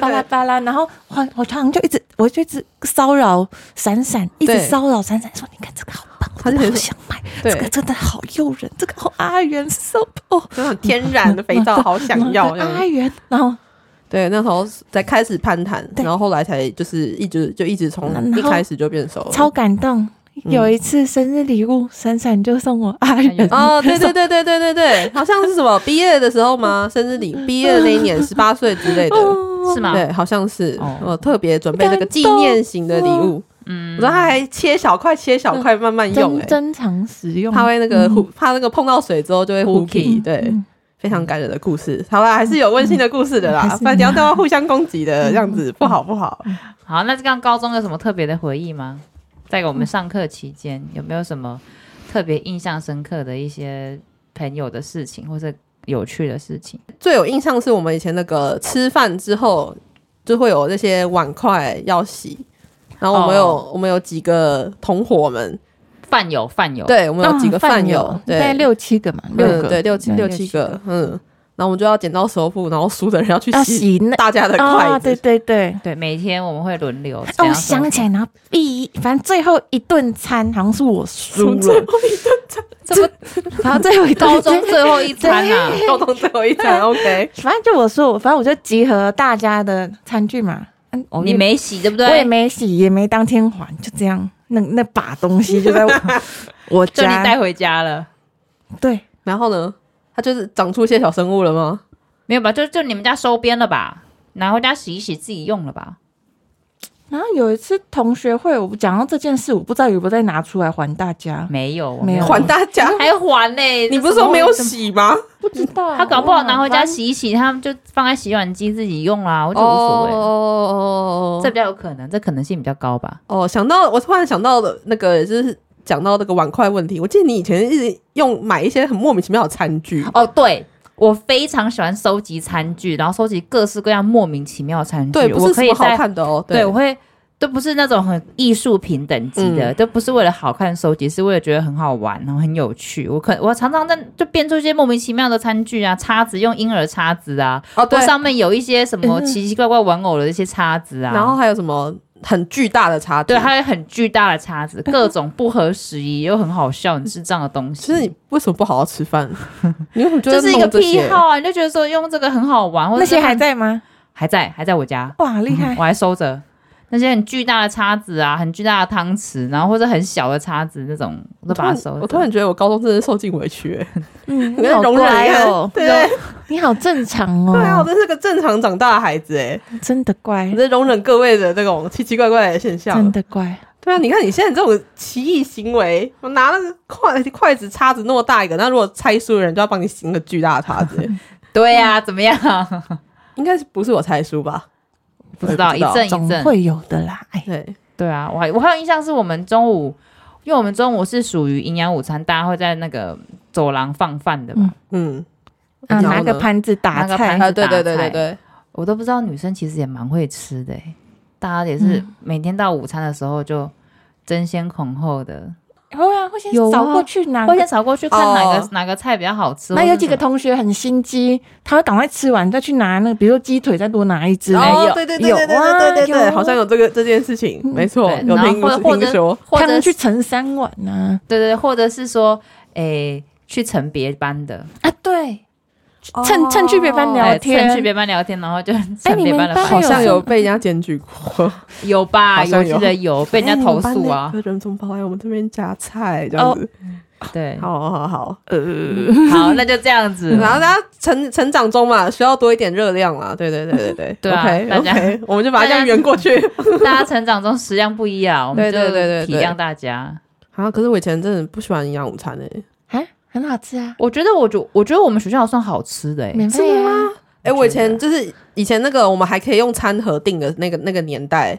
[SPEAKER 1] 巴拉巴拉，然后我我常常就一直我就一直骚扰闪闪，一直
[SPEAKER 3] 对
[SPEAKER 1] 骚扰闪闪说你看这个好棒，
[SPEAKER 3] 他就
[SPEAKER 1] 我
[SPEAKER 3] 很
[SPEAKER 1] 好想买，
[SPEAKER 3] 对
[SPEAKER 1] 这个真的好诱人，这个好阿元 soap 哦，
[SPEAKER 3] 真的很天然的肥皂，好想 要哎这样
[SPEAKER 1] 阿元，然后
[SPEAKER 3] 对，那时候才开始攀谈，
[SPEAKER 1] 对
[SPEAKER 3] 然后后来才就是一直就一直从
[SPEAKER 1] 然后
[SPEAKER 3] 一开始就变熟了。
[SPEAKER 1] 超感动。
[SPEAKER 3] 嗯
[SPEAKER 1] 有一次生日礼物，闪闪就送我阿元，
[SPEAKER 3] 哦，对对对对对对对，好像是什么毕业的时候吗？生日礼毕业的那一年，十八岁 之类的，
[SPEAKER 2] 是吗？
[SPEAKER 3] 对，好像是
[SPEAKER 2] 哦
[SPEAKER 3] 我特别准备那个纪念型的礼物。
[SPEAKER 2] 嗯
[SPEAKER 3] 我说他还切小块切小块慢慢用，
[SPEAKER 1] 珍
[SPEAKER 3] 哎，
[SPEAKER 1] 珍藏实用，
[SPEAKER 3] 他会那个
[SPEAKER 1] 嗯
[SPEAKER 3] 呼，怕那个碰到水之后就会呼气，
[SPEAKER 1] 嗯
[SPEAKER 3] 对
[SPEAKER 1] 嗯，
[SPEAKER 3] 非常感人的故事。好啦，还是有温馨的故事的啦
[SPEAKER 1] 还，是
[SPEAKER 3] 不然你要都要互相攻击的这样子，不好不好。
[SPEAKER 2] 好，那这样高中有什么特别的回忆吗？在我们上课期间，有没有什么特别印象深刻的一些朋友的事情，或者有趣的事情？
[SPEAKER 3] 最有印象是我们以前那个吃饭之后就会有那些碗筷要洗，然后我们有、
[SPEAKER 2] 哦
[SPEAKER 3] 我们有几个同伙们，
[SPEAKER 2] 饭友，饭友，，
[SPEAKER 3] 对我们有
[SPEAKER 1] 啊
[SPEAKER 3] 几个饭友，
[SPEAKER 1] 大概
[SPEAKER 3] 对
[SPEAKER 1] 六七个嘛，六
[SPEAKER 3] 嗯
[SPEAKER 1] 个
[SPEAKER 3] 对六七
[SPEAKER 1] 对
[SPEAKER 3] 六
[SPEAKER 2] 六
[SPEAKER 3] 七
[SPEAKER 2] 七
[SPEAKER 3] 个，嗯，然后我们就要剪刀石头布，然后输的人要去
[SPEAKER 1] 要
[SPEAKER 3] 洗
[SPEAKER 1] 洗那
[SPEAKER 3] 大家的筷
[SPEAKER 1] 啊，对
[SPEAKER 3] 子，
[SPEAKER 1] 对对。
[SPEAKER 2] 对，每天我们会轮流。
[SPEAKER 1] 哦，我想起来，然后第一，反正最后一顿餐好像是我输
[SPEAKER 3] 从最
[SPEAKER 1] 了，
[SPEAKER 3] 后一
[SPEAKER 1] 然后最后一顿
[SPEAKER 2] 高中最后一餐啊，
[SPEAKER 3] 餐，沟通最后一餐，OK，
[SPEAKER 1] 反正就我说，我反正我就集合大家的餐具嘛，嗯，
[SPEAKER 2] 你没洗对不
[SPEAKER 1] 我也
[SPEAKER 2] 对？
[SPEAKER 1] 没洗，也没当天还，就这样，那那把东西就在我 我
[SPEAKER 2] 就你带
[SPEAKER 1] 家，
[SPEAKER 2] 回家了。
[SPEAKER 1] 对，
[SPEAKER 3] 然后呢，他就是长出一些小生物了吗？
[SPEAKER 2] 没有吧？就就你们家收编了吧？拿回家洗一洗，自己用了吧？
[SPEAKER 1] 然后有一次同学会，我讲到这件事，我不知道有没有再拿出来还大家，
[SPEAKER 2] 没有，我
[SPEAKER 1] 没有
[SPEAKER 3] 还大家，
[SPEAKER 2] 还还嘞？
[SPEAKER 3] 你
[SPEAKER 2] 这
[SPEAKER 3] 不是
[SPEAKER 2] 怎么
[SPEAKER 3] 说没有
[SPEAKER 2] 会
[SPEAKER 3] 洗吗？
[SPEAKER 1] 不知道
[SPEAKER 3] 哦
[SPEAKER 2] 他搞不好拿回家
[SPEAKER 1] 洗。
[SPEAKER 2] 洗一洗，他们就放在洗碗机自己用啦，我就无所谓。
[SPEAKER 3] 哦
[SPEAKER 2] 这比较有可能，这可能性比较高吧？
[SPEAKER 3] 哦，想到我突然想到的那个，就是讲到那个碗筷问题。我记得你以前一直用买一些很莫名其妙的餐具，
[SPEAKER 2] 哦，对。我非常喜欢收集餐具，然后收集各式各样莫名其妙的餐具。
[SPEAKER 3] 对，不
[SPEAKER 2] 我
[SPEAKER 3] 是
[SPEAKER 2] 可
[SPEAKER 3] 什
[SPEAKER 2] 以
[SPEAKER 3] 么好
[SPEAKER 2] 在
[SPEAKER 3] 看的哦。
[SPEAKER 2] 对，我会都不是那种很艺术品等级的，
[SPEAKER 3] 嗯
[SPEAKER 2] 都不是为了好看收集，是为了觉得很好玩，然后很有趣。我可我常常在就变出一些莫名其妙的餐具啊，叉子用婴儿叉子啊，
[SPEAKER 3] 哦
[SPEAKER 2] 或
[SPEAKER 3] 对，嗯
[SPEAKER 2] 上面有一些什么奇奇怪怪玩偶的一些叉子啊，
[SPEAKER 3] 然后还有什么很巨大的叉子，
[SPEAKER 2] 对，还有很巨大的叉 子，各种不合时宜又很好笑、很智障的东西。
[SPEAKER 3] 其实你为什么不好好 吃饭？你为什么就
[SPEAKER 2] 这是
[SPEAKER 3] 会
[SPEAKER 2] 一个
[SPEAKER 3] 弄这
[SPEAKER 2] 癖
[SPEAKER 3] 些？
[SPEAKER 2] 好啊，你就觉得说用这个很好玩，或者
[SPEAKER 1] 那些
[SPEAKER 2] 是
[SPEAKER 1] 还
[SPEAKER 2] 看
[SPEAKER 1] 在哦吗？嗯
[SPEAKER 2] 还在还在我家，嗯
[SPEAKER 1] 哇，厉害！
[SPEAKER 2] 我还收着那些很巨大的叉子啊，很巨大的汤匙，然后或者很小的叉子那种，我都把它收着。
[SPEAKER 3] 我突然觉得我高中真的受尽委屈、欸，
[SPEAKER 1] 嗯，你
[SPEAKER 3] 你看
[SPEAKER 1] 好
[SPEAKER 3] 容
[SPEAKER 1] 乖
[SPEAKER 3] 忍啊
[SPEAKER 1] 哦，
[SPEAKER 3] 对对
[SPEAKER 1] 你好正常哦，
[SPEAKER 3] 对啊，我真是个正常长大的孩子哎、
[SPEAKER 1] 真的乖
[SPEAKER 3] 我，在容忍各位的这种奇奇怪怪的现象
[SPEAKER 1] 真。的乖，
[SPEAKER 3] 对啊，你看你现在这种奇异行为，我拿那个筷筷子、叉子那么大一个，那如果猜输的人就要帮你行个巨大的叉子，
[SPEAKER 2] 对呀、怎么样？
[SPEAKER 3] 应该是不是我猜输吧？
[SPEAKER 2] 不知道
[SPEAKER 3] 不
[SPEAKER 2] 一
[SPEAKER 3] 知道
[SPEAKER 2] 阵一
[SPEAKER 1] 总
[SPEAKER 2] 阵。
[SPEAKER 1] 会有的啦。哎，
[SPEAKER 3] 对，
[SPEAKER 2] 对啊，我还我还有印象是我们中午，因为我们中午是属于营养午餐，大家会在那个走廊放饭的嘛。
[SPEAKER 1] 嗯
[SPEAKER 3] 嗯，
[SPEAKER 1] 啊，
[SPEAKER 3] 然后
[SPEAKER 1] 拿个
[SPEAKER 3] 呢
[SPEAKER 1] 盘子打
[SPEAKER 2] 拿个
[SPEAKER 1] 菜
[SPEAKER 2] 盘，
[SPEAKER 3] 啊，对对对对对，
[SPEAKER 2] 我都不知道女生其实也蛮会吃的、欸，大家也是每天到午餐的时候就争先恐后的
[SPEAKER 1] 会啊，会先
[SPEAKER 2] 有啊
[SPEAKER 1] 扫过去拿。
[SPEAKER 2] 会先扫过去看哪个、
[SPEAKER 3] 哦
[SPEAKER 2] 哪个菜比较好吃。
[SPEAKER 1] 那
[SPEAKER 2] 或
[SPEAKER 1] 有
[SPEAKER 2] 是
[SPEAKER 1] 几个
[SPEAKER 2] 什么
[SPEAKER 1] 同学很心机，他会赶快吃完再去拿那个，比如说鸡腿再多拿一只。
[SPEAKER 2] 哦
[SPEAKER 1] 哎
[SPEAKER 2] 有
[SPEAKER 3] 对对对
[SPEAKER 1] 有
[SPEAKER 3] 对对
[SPEAKER 1] 啊
[SPEAKER 3] 对对对对，
[SPEAKER 1] 有
[SPEAKER 3] 好像有嗯这个这件事情，没错，
[SPEAKER 2] 对
[SPEAKER 3] 有
[SPEAKER 2] 然后
[SPEAKER 3] 听
[SPEAKER 2] 或者或
[SPEAKER 3] 听
[SPEAKER 2] 者
[SPEAKER 3] 说，
[SPEAKER 2] 或
[SPEAKER 1] 他
[SPEAKER 2] 者
[SPEAKER 1] 们去
[SPEAKER 2] 是
[SPEAKER 1] 盛三碗啊呢、
[SPEAKER 2] 对对，对或者是说，诶、去成别班的
[SPEAKER 1] 啊？对，趁趁去别班聊
[SPEAKER 2] 哎
[SPEAKER 1] 天
[SPEAKER 2] 趁去别班聊天，然后就趁
[SPEAKER 1] 你
[SPEAKER 2] 别
[SPEAKER 1] 们
[SPEAKER 2] 班的
[SPEAKER 1] 班
[SPEAKER 2] 饭
[SPEAKER 1] 还
[SPEAKER 3] 好像有
[SPEAKER 1] 有
[SPEAKER 3] 被人家检举过，
[SPEAKER 2] 有吧？
[SPEAKER 3] 好
[SPEAKER 2] 有
[SPEAKER 3] 像
[SPEAKER 2] 记得有被人家投诉啊
[SPEAKER 3] 哎你们班那，个人怎么跑来我们这边夹菜这样子？
[SPEAKER 2] 对，
[SPEAKER 3] 好好好好，
[SPEAKER 2] 好，那就这样 子。
[SPEAKER 3] 然后大家成成长中嘛，需要多一点热量啦。对对对对 对，
[SPEAKER 2] 对啊
[SPEAKER 3] OK
[SPEAKER 2] 大家
[SPEAKER 3] OK，我们就把它这样圆过去。
[SPEAKER 2] 大家成长中食量不一样，我们
[SPEAKER 3] 对
[SPEAKER 2] 就
[SPEAKER 3] 对对对对
[SPEAKER 2] 体谅大家。
[SPEAKER 3] 啊，可是我以前真的不喜欢营养午餐欸诶。
[SPEAKER 1] 啊，很好吃啊，
[SPEAKER 2] 我觉得，我觉我觉得我们学校算好吃的、欸，
[SPEAKER 1] 免费啊。
[SPEAKER 3] 哎、我以前就是以前那个我们还可以用餐盒订的那个那个年代，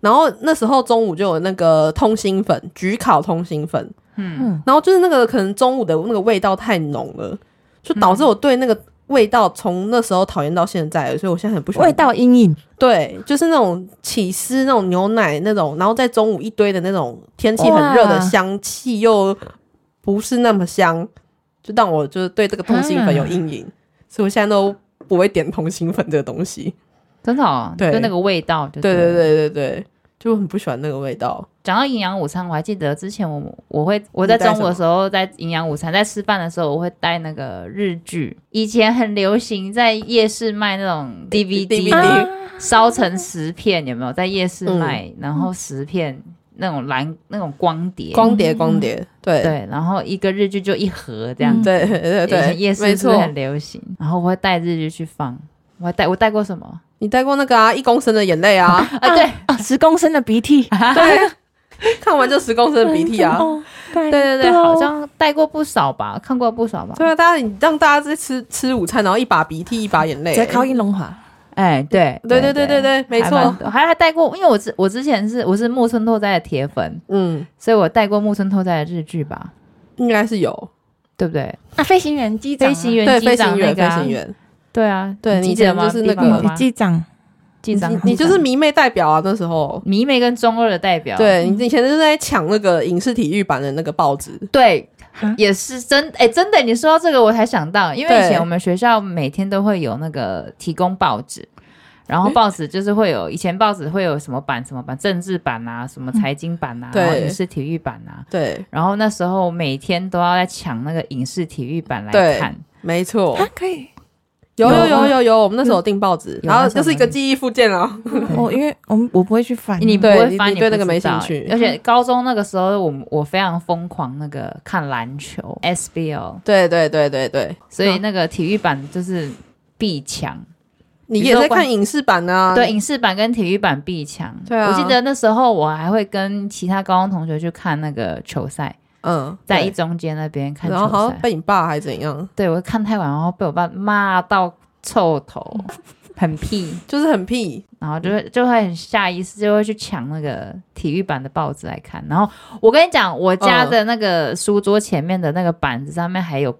[SPEAKER 3] 然后那时候中午就有那个通心粉，焗烤通心粉，嗯
[SPEAKER 1] 嗯，
[SPEAKER 3] 然后就是那个可能中午的那个味道太浓了，就导致我对那个味道从那时候讨厌到现在，所以我现在很不喜欢
[SPEAKER 1] 味道阴影，
[SPEAKER 3] 对，就是那种起司、那种牛奶那种，然后在中午一堆的那种天气很热的
[SPEAKER 1] 哇
[SPEAKER 3] 香气，又不是那么香，就让我就是对这个通心粉有阴影，所以我现在都不会点通心粉这个东西。
[SPEAKER 2] 真的、哦，
[SPEAKER 3] 对
[SPEAKER 2] 就那个味道就
[SPEAKER 3] 对
[SPEAKER 2] 了
[SPEAKER 3] 对对对对，就很不喜欢那个味道。
[SPEAKER 2] 讲到营养午餐，我还记得之前我我会我在中午的时候在营养午餐在吃饭的时候，我会带那个日剧，以前很流行在夜市卖那种
[SPEAKER 3] DVD
[SPEAKER 2] DVD，烧 成十片，有没有在夜市卖？
[SPEAKER 3] 嗯
[SPEAKER 2] 然后十片那种蓝那种光碟，
[SPEAKER 3] 光碟光碟，对
[SPEAKER 2] 对，然后一个日剧就一盒这样
[SPEAKER 1] 嗯
[SPEAKER 2] 子，
[SPEAKER 3] 对对
[SPEAKER 2] 以前
[SPEAKER 3] 对，
[SPEAKER 2] 夜市
[SPEAKER 3] 没
[SPEAKER 2] 是不是
[SPEAKER 3] 错。
[SPEAKER 2] 很流行，然后我会带日剧去放，我还带我带过什么？
[SPEAKER 3] 你带过那个啊，一公升的眼泪啊，
[SPEAKER 2] 啊，对，
[SPEAKER 1] 啊，十公升的鼻涕，
[SPEAKER 3] 对，看完就十公升的鼻涕啊。
[SPEAKER 1] 哦，对
[SPEAKER 2] 对对对，
[SPEAKER 1] 哦
[SPEAKER 2] 好像带过不少吧，看过不少吧。
[SPEAKER 3] 对啊，大家你让大家在吃吃午餐，然后一把鼻涕一把眼泪、
[SPEAKER 1] 在靠应龙华，
[SPEAKER 2] 哎，对，
[SPEAKER 3] 对对对对对，没
[SPEAKER 2] 还
[SPEAKER 3] 错
[SPEAKER 2] 蛮，多还还带过，因为我之我之前是我是木村拓哉的铁粉，
[SPEAKER 3] 嗯，
[SPEAKER 2] 所以我带过木村拓哉的日剧吧，
[SPEAKER 3] 应该是有。
[SPEAKER 2] 对不对？
[SPEAKER 1] 啊，飞行员机长啊，
[SPEAKER 2] 飞行
[SPEAKER 3] 对，
[SPEAKER 2] 员
[SPEAKER 3] 飞
[SPEAKER 2] 机
[SPEAKER 3] 行
[SPEAKER 2] 长那
[SPEAKER 3] 员，飞
[SPEAKER 2] 个啊
[SPEAKER 3] 行，员，
[SPEAKER 2] 对啊，
[SPEAKER 3] 对
[SPEAKER 2] 你
[SPEAKER 3] 你
[SPEAKER 2] 记得
[SPEAKER 3] 以前
[SPEAKER 2] 吗？
[SPEAKER 3] 就是那个
[SPEAKER 2] 地方
[SPEAKER 1] 嗯
[SPEAKER 2] 吗
[SPEAKER 1] 机长，
[SPEAKER 2] 机长，
[SPEAKER 3] 你你就是迷妹代表啊，那时候。
[SPEAKER 2] 迷妹跟中二的代表，
[SPEAKER 3] 对，你以前就是在抢那个影视体育版的那个报纸，
[SPEAKER 2] 对
[SPEAKER 1] 啊。
[SPEAKER 2] 也是真哎、真的，你说到这个我才想到，因为以
[SPEAKER 3] 对
[SPEAKER 2] 前我们学校每天都会有那个提供报纸，然后报纸就是会有以前报纸会有什么版什么版，政治版啊，什么财经版啊，
[SPEAKER 3] 嗯对
[SPEAKER 2] 然后影视体育版啊，
[SPEAKER 3] 对，
[SPEAKER 2] 然后那时候每天都要在抢那个影视体育版
[SPEAKER 3] 对嗯
[SPEAKER 2] 来看，
[SPEAKER 3] 没错
[SPEAKER 1] 啊，，可以，
[SPEAKER 3] 有
[SPEAKER 2] 有
[SPEAKER 3] 有有
[SPEAKER 2] 啊
[SPEAKER 3] 有有，我们那时候有订报纸，
[SPEAKER 2] 有
[SPEAKER 3] 然后
[SPEAKER 2] 那时
[SPEAKER 3] 就
[SPEAKER 2] 候
[SPEAKER 3] 是一个记忆附件啊，
[SPEAKER 1] 我哦因为我们我不会去翻，
[SPEAKER 2] 你不
[SPEAKER 3] 对
[SPEAKER 2] 会
[SPEAKER 3] 你
[SPEAKER 2] 翻，
[SPEAKER 3] 你
[SPEAKER 2] 你
[SPEAKER 3] 对
[SPEAKER 2] 不
[SPEAKER 3] 那个没
[SPEAKER 2] 知道
[SPEAKER 3] 兴趣
[SPEAKER 2] 而且高中那个时候，我我非常疯狂那个看篮球 SBL，
[SPEAKER 3] 对对对对对，
[SPEAKER 2] 所以那个体育版就是必抢。
[SPEAKER 3] 你
[SPEAKER 2] 比
[SPEAKER 3] 也
[SPEAKER 2] 如说
[SPEAKER 3] 在
[SPEAKER 2] 关
[SPEAKER 3] 看影视版啊，
[SPEAKER 2] 对，，影视版跟体育版必抢。
[SPEAKER 3] 对啊
[SPEAKER 2] 我记得那时候我还会跟其他高中同学去看那个球赛，
[SPEAKER 3] 嗯，
[SPEAKER 2] 在一
[SPEAKER 3] 对
[SPEAKER 2] 中间那边看
[SPEAKER 3] 然后好
[SPEAKER 2] 球
[SPEAKER 3] 像
[SPEAKER 2] 赛。
[SPEAKER 3] 被你爸还怎样，
[SPEAKER 2] 对，我看太晚，然后被我爸骂到臭头， 很屁，
[SPEAKER 3] 就是很屁，
[SPEAKER 2] 然后就会就会很下意识就会去抢那个体育版的报纸来看。然后我跟你讲，我家的那个书桌前面的那个板子上面还有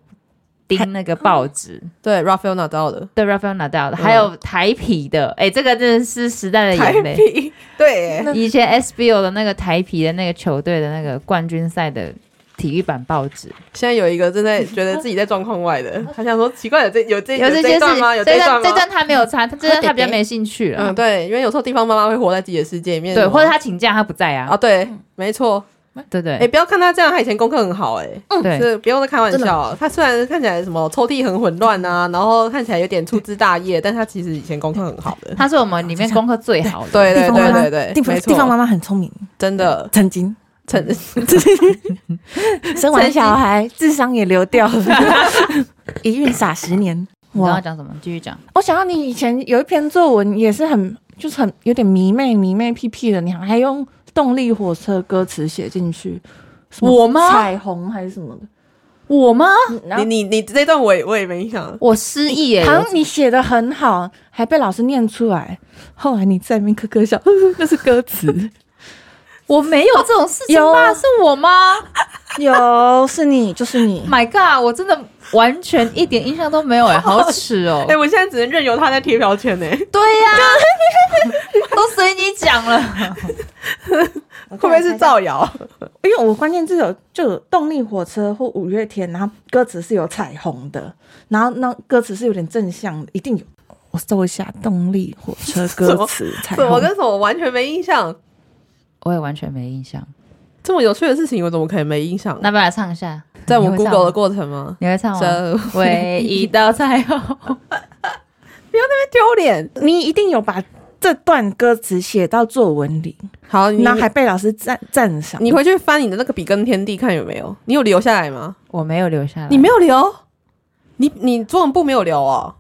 [SPEAKER 2] 钉那个报纸，
[SPEAKER 3] 对，Rafael 拿到的，
[SPEAKER 2] 对 Rafael 拿到的，还有
[SPEAKER 3] 嗯
[SPEAKER 2] 台皮的，哎、这个真的是时代的
[SPEAKER 3] 台
[SPEAKER 2] 眼泪。
[SPEAKER 3] 屁，对，
[SPEAKER 1] 那
[SPEAKER 2] 以前 SBO 的那个台皮的那个球队的那个冠军赛的体育版报纸，
[SPEAKER 3] 现在有一个正在觉得自己在状况 外的，他想说奇怪，有这有这
[SPEAKER 2] 有这
[SPEAKER 3] 这
[SPEAKER 2] 些
[SPEAKER 3] 一
[SPEAKER 2] 事
[SPEAKER 3] 段
[SPEAKER 2] 情
[SPEAKER 3] 吗？有，
[SPEAKER 2] 这
[SPEAKER 3] 一段
[SPEAKER 2] 这
[SPEAKER 3] 吗？
[SPEAKER 2] 段他没有参， 他这段他比较没兴趣了
[SPEAKER 3] 嗯，。对，因为有时候地方妈妈会活在自己的世界里面，
[SPEAKER 2] 对，或者
[SPEAKER 3] 他
[SPEAKER 2] 他请假他不在
[SPEAKER 3] 啊，
[SPEAKER 2] 啊，
[SPEAKER 3] 对，没错，
[SPEAKER 2] 对对
[SPEAKER 3] 哎，不要看他这样，他以前功课很好，哎，
[SPEAKER 2] 对
[SPEAKER 3] 是不用再开玩笑啊。他虽然看起来什么抽屉很混乱啊，然后看起来有点粗枝大叶，但他其实以前功课很好的。
[SPEAKER 2] 他是我们里面功课最好的。
[SPEAKER 3] 对对
[SPEAKER 1] 地方妈妈
[SPEAKER 3] 对对
[SPEAKER 1] 地
[SPEAKER 3] 对，
[SPEAKER 1] 方
[SPEAKER 3] 没
[SPEAKER 1] 地方妈
[SPEAKER 3] 错，
[SPEAKER 1] 妈很聪明，
[SPEAKER 3] 真的，
[SPEAKER 1] 曾经
[SPEAKER 3] 真的
[SPEAKER 1] 生完小孩智商也流掉 了，一孕傻十年。
[SPEAKER 2] 你刚
[SPEAKER 1] 哇
[SPEAKER 2] 刚！讲什么？继续讲。
[SPEAKER 1] 我想到你以前有一篇作文也是很，就是很有点迷妹迷妹屁屁的，你还用动力火车歌词写进去，什么
[SPEAKER 2] 我吗
[SPEAKER 1] 彩虹还是什么的，
[SPEAKER 2] 我吗？
[SPEAKER 1] 然
[SPEAKER 3] 你
[SPEAKER 1] 后
[SPEAKER 3] 你你这段我也我也没印象了。
[SPEAKER 2] 哎我失忆耶。
[SPEAKER 1] 好像你写的很好，还被老师念出来。后来你在那边咯咯笑， 呵呵那是歌词。
[SPEAKER 2] 我没有这种事情
[SPEAKER 1] 有
[SPEAKER 2] 吧？
[SPEAKER 1] 啊
[SPEAKER 2] 是我吗
[SPEAKER 1] 有，是你，就是 你。
[SPEAKER 2] ？My God！我真的完全一点印象都没有 哎，好耻哦
[SPEAKER 3] 哎，！我现在只能任由他在贴标签 呢。
[SPEAKER 2] 对呀，都随你讲了。
[SPEAKER 3] 会不会是造谣？
[SPEAKER 1] 因为我关键字有就有动力火车或五月天，然后歌词是有彩虹的，然后那歌词是有点正向的，一定有。我搜一下动力火车歌词彩
[SPEAKER 3] 怎
[SPEAKER 1] 虹
[SPEAKER 3] 么，跟什么完全没印象？
[SPEAKER 2] 我也完全没印象。
[SPEAKER 3] 这么有趣的事情，我怎么可能没印象？
[SPEAKER 2] 那不来唱一下？
[SPEAKER 3] 在我
[SPEAKER 2] 你会
[SPEAKER 3] Google
[SPEAKER 2] 唱吗，
[SPEAKER 3] 的过程吗？
[SPEAKER 2] 你会唱吗？
[SPEAKER 3] 这
[SPEAKER 2] 唯一道哦彩虹，
[SPEAKER 3] 丢脸。
[SPEAKER 1] 你一定有把这段歌词写到作文里，
[SPEAKER 3] 好，你
[SPEAKER 1] 然后还被老师赞赞赏。
[SPEAKER 3] 你回去翻你的那个笔跟天地看有没有？你有留下来吗？
[SPEAKER 2] 我没有留下来。
[SPEAKER 3] 你没有留？你你作文部没有留哦？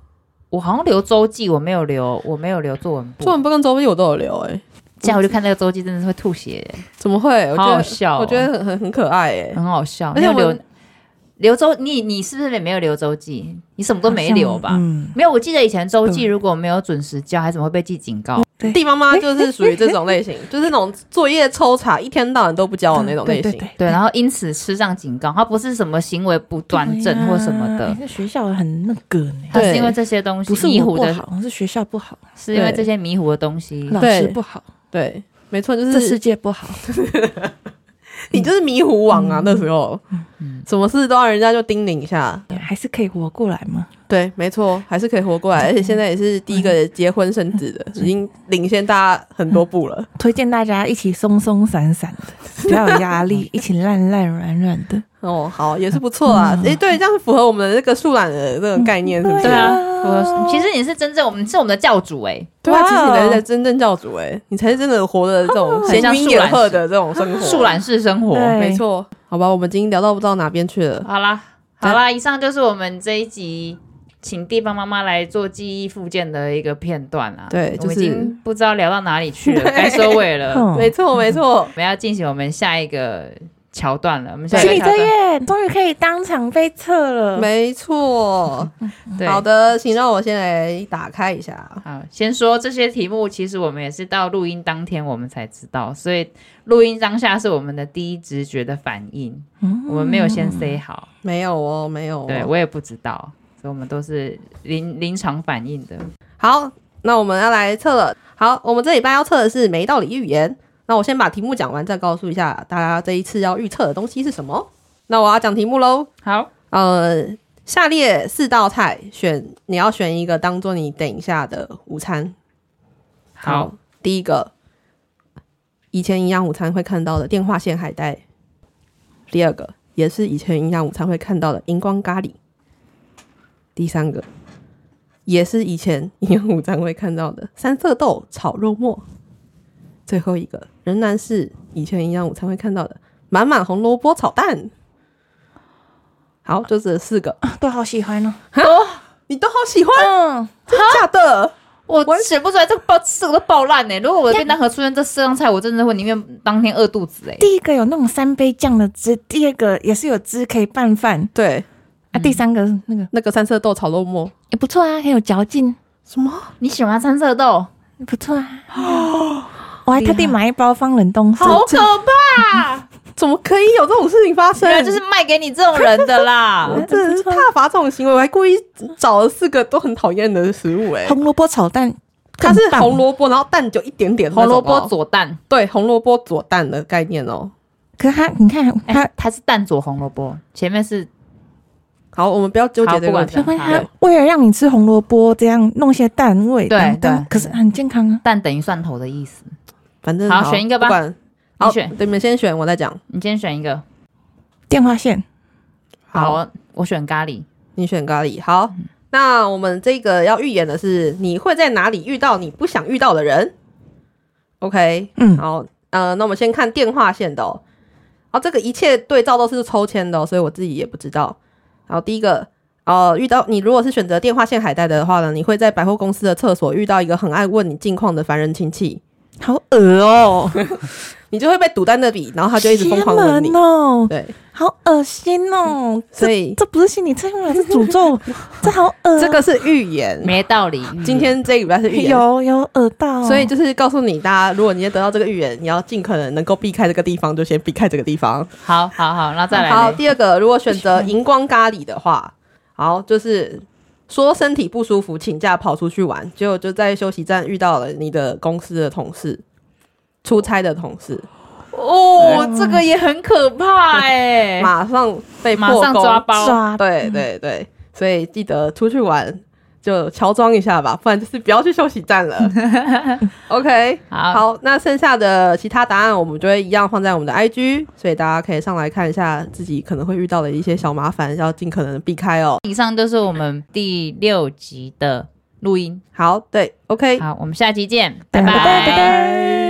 [SPEAKER 2] 我好像留周记，我没有留，我没有留作文簿。
[SPEAKER 3] 作文部跟周记我都有留哎、
[SPEAKER 2] 这样我就看那个周记，真的是会吐血，
[SPEAKER 3] 怎么会？我觉
[SPEAKER 2] 好
[SPEAKER 3] 得
[SPEAKER 2] 好笑哦
[SPEAKER 3] 我觉得很很很可爱哎、
[SPEAKER 2] 很好笑。
[SPEAKER 3] 而且
[SPEAKER 2] 你有
[SPEAKER 3] 我
[SPEAKER 2] 留留周，你你是不是也没有留周记？你什么都没留吧？
[SPEAKER 1] 嗯，
[SPEAKER 2] 没有，我记得以前周记如果没有准时交，还怎么会被记警告？
[SPEAKER 1] 对
[SPEAKER 3] 地妈妈就是属于这种类型，就是那种作业抽查，一天到晚都不交的那种类
[SPEAKER 1] 嗯对
[SPEAKER 3] 型。
[SPEAKER 1] 对对
[SPEAKER 2] 对，然后因此吃上警告，他不是什么行为不端正或什么
[SPEAKER 1] 对
[SPEAKER 2] 的
[SPEAKER 1] 啊，，那学校很那个呢，
[SPEAKER 2] 他是因为
[SPEAKER 3] 对
[SPEAKER 2] 这些东西
[SPEAKER 1] 不是
[SPEAKER 2] 迷
[SPEAKER 1] 我
[SPEAKER 2] 糊
[SPEAKER 1] 不
[SPEAKER 2] 的，
[SPEAKER 1] 好，是学校不好，
[SPEAKER 2] 是因为
[SPEAKER 3] 对
[SPEAKER 2] 这些迷糊的东西。
[SPEAKER 1] 老
[SPEAKER 3] 对
[SPEAKER 1] 师不好，
[SPEAKER 3] 对没错，就
[SPEAKER 1] 这
[SPEAKER 3] 是
[SPEAKER 1] 世界不好。
[SPEAKER 3] 你就是迷糊王啊，那时候什么事都让人家就叮咛一下。
[SPEAKER 1] 还是可以活过来吗？
[SPEAKER 3] 对，没错，还是可以活过来，而且现在也是第一个结婚生子的，已经领先大家很多步了。
[SPEAKER 1] 推荐大家一起松松散散 的，不要有压力， 一起烂烂软软的。
[SPEAKER 3] 哦，好，也是不错啦。诶，对，这样符合我们的这个树懒的这个概念，是不 是？
[SPEAKER 2] 对啊，
[SPEAKER 3] 哎
[SPEAKER 2] 我其实你是真正我们是我们的教主哎、
[SPEAKER 3] 对啊，
[SPEAKER 1] 哇哦
[SPEAKER 3] 其实你才是真正教主哎、你才是真的活的这种闲云野鹤的这种生活。
[SPEAKER 2] 树懒式生活。
[SPEAKER 1] 对
[SPEAKER 3] 没错，好吧，我们今天聊到不知道哪边去了。
[SPEAKER 2] 好啦，好啦，以上就是我们这一集请地方妈妈来做记忆复健的一个片段啦。
[SPEAKER 3] 对
[SPEAKER 2] 我们
[SPEAKER 3] 就
[SPEAKER 2] 已
[SPEAKER 3] 是
[SPEAKER 2] 经不知道聊到哪里去了，
[SPEAKER 3] 对
[SPEAKER 2] 该收尾了。 我
[SPEAKER 1] 嗯
[SPEAKER 3] 没错，没错，
[SPEAKER 2] 们要进行我们下一个桥段了。我们下一
[SPEAKER 1] 心
[SPEAKER 2] 个
[SPEAKER 1] 理
[SPEAKER 2] 桥
[SPEAKER 1] 测
[SPEAKER 2] 段，
[SPEAKER 1] 验终于可以当场被测了。
[SPEAKER 3] 没错。
[SPEAKER 2] 对，
[SPEAKER 3] 好的，请让我先来打开一下。
[SPEAKER 2] 好，先说这些题目，其实我们也是到录音当天我们才知道，所以录音当下是我们的第一直觉的反应，我们没有
[SPEAKER 1] 嗯
[SPEAKER 2] 先
[SPEAKER 3] 嗯
[SPEAKER 2] say 好，
[SPEAKER 3] 没有哦，没有、哦。
[SPEAKER 2] 对我也不知道，所以我们都是临临场反应的。
[SPEAKER 3] 好，那我们要来测了。好，我们这礼拜要测的是没道理预言。那我先把题目讲完，再告诉一下大家这一次要预测的东西是什么。那我要讲题目喽。
[SPEAKER 2] 好，
[SPEAKER 3] 呃，下列四道菜选，你要选一个当做你等一下的午餐。
[SPEAKER 2] 好，，
[SPEAKER 3] 第一个，以前营养午餐会看到的电话线海带；第二个，也是以前营养午餐会看到的荧光咖喱；第三个，也是以前营养午餐会看到的三色豆炒肉末；最后一个，仍然是以前营养午餐会看到的满满红萝卜炒蛋。好，就这四个，
[SPEAKER 1] 都好喜欢哦。
[SPEAKER 3] 你都好喜欢，啊
[SPEAKER 1] 嗯，
[SPEAKER 3] 真的假的？
[SPEAKER 2] 我写不出来，这个爆四个都爆烂呢、如果我的便当盒出现这四样菜，我真的会宁愿当天饿肚子哎、
[SPEAKER 1] 第一个有那种三杯酱的汁，第二个也是有汁可以拌饭
[SPEAKER 3] 对，
[SPEAKER 2] 嗯
[SPEAKER 1] 啊，第三个那个
[SPEAKER 3] 那个三色豆炒肉末，
[SPEAKER 1] 也不错啊，很有嚼劲，
[SPEAKER 3] 什么？
[SPEAKER 2] 你喜欢三色豆，
[SPEAKER 1] 不错啊。 我还特地买一包放冷冻室，
[SPEAKER 2] 好可怕！
[SPEAKER 3] 怎么可以有这种事情发生
[SPEAKER 2] 原来？啊就是卖给你这种人的 啦。
[SPEAKER 3] 我真的是踏伐这种行为，我还故意找了四个都很讨厌的食物、哎，
[SPEAKER 1] 红萝卜炒蛋，
[SPEAKER 3] 它是红
[SPEAKER 1] 萝，
[SPEAKER 3] 萝卜，然后蛋就一点点、哦
[SPEAKER 2] 红萝卜，佐蛋，
[SPEAKER 3] 对，红萝卜佐蛋的概念哦。
[SPEAKER 1] 可是它你看
[SPEAKER 2] 哎、
[SPEAKER 1] 它，
[SPEAKER 2] 它是蛋佐红萝卜，前面是
[SPEAKER 3] 好，我们不要纠结
[SPEAKER 2] 好不
[SPEAKER 3] 这个
[SPEAKER 2] 管
[SPEAKER 3] 问题。
[SPEAKER 1] 就发现它
[SPEAKER 2] 对
[SPEAKER 1] 为了让你吃红萝卜，这样弄些蛋味，
[SPEAKER 2] 对
[SPEAKER 1] 等等
[SPEAKER 2] 对
[SPEAKER 1] 可是很健康啊。
[SPEAKER 2] 蛋等于蒜头的意思。
[SPEAKER 3] 反正
[SPEAKER 2] 好选一个吧
[SPEAKER 3] 不管好，
[SPEAKER 2] 你选
[SPEAKER 3] 你们先选，我再讲。
[SPEAKER 2] 你先选一个，
[SPEAKER 1] 电话线，
[SPEAKER 3] 好，
[SPEAKER 2] 好，我选咖喱。
[SPEAKER 3] 你选咖喱。好，
[SPEAKER 1] 嗯
[SPEAKER 3] 那我们这个要预言的是，你会在哪里遇到你不想遇到的人？OK，
[SPEAKER 1] 嗯，
[SPEAKER 3] 好，呃，那我们先看电话线的哦。哦，这个一切对照都是抽签的、哦，所以我自己也不知道。好，第一个，哦、遇到你如果是选择电话线海带的话呢，你会在百货公司的厕所遇到一个很爱问你近况的烦人亲戚，
[SPEAKER 1] 好恶哦，
[SPEAKER 3] 你就会被堵在那里，然后他就一直疯狂问你
[SPEAKER 1] 邪。门哦，
[SPEAKER 3] 对，
[SPEAKER 1] 好恶心哦！
[SPEAKER 3] 所以
[SPEAKER 1] 这不是心理测验，是诅 咒，这好恶。
[SPEAKER 3] 这个是预言。
[SPEAKER 2] 没道 理。
[SPEAKER 3] 今天这个礼拜是预言，
[SPEAKER 1] 有有恶
[SPEAKER 2] 嗯
[SPEAKER 1] 到，
[SPEAKER 3] 所以就是告诉你大家，如果你要得到这个预言，你要尽可能能够避开这个地方，就先避开这个地方。
[SPEAKER 2] 好好好，那再来
[SPEAKER 3] 好，
[SPEAKER 2] 嘞。
[SPEAKER 3] 第二个，如果选择荧光咖喱的话，好，就是说身体不舒服，请假跑出去玩，结果就在休息站遇到了你的公司的同事，出差的同事，
[SPEAKER 2] 哦，这个也很可 怕哎、
[SPEAKER 3] 马上被
[SPEAKER 2] 马
[SPEAKER 3] 破
[SPEAKER 2] 上
[SPEAKER 3] 功
[SPEAKER 2] 抓包，
[SPEAKER 1] 抓
[SPEAKER 3] 对对对，所以记得出去玩就乔装一下吧，不然就是不要去休息站 了。OK，
[SPEAKER 2] 好
[SPEAKER 3] 那剩下的其他答案我们就会一样放在我们的 IG，所以大家可以上来看一下自己可能会遇到的一些小麻烦，要尽可能地避开哦。
[SPEAKER 2] 以上就是我们第六集的录音。
[SPEAKER 3] 好，对，OK，
[SPEAKER 2] 好，我们下期见，
[SPEAKER 1] 拜
[SPEAKER 2] 拜
[SPEAKER 1] 拜
[SPEAKER 2] 拜
[SPEAKER 1] 拜拜。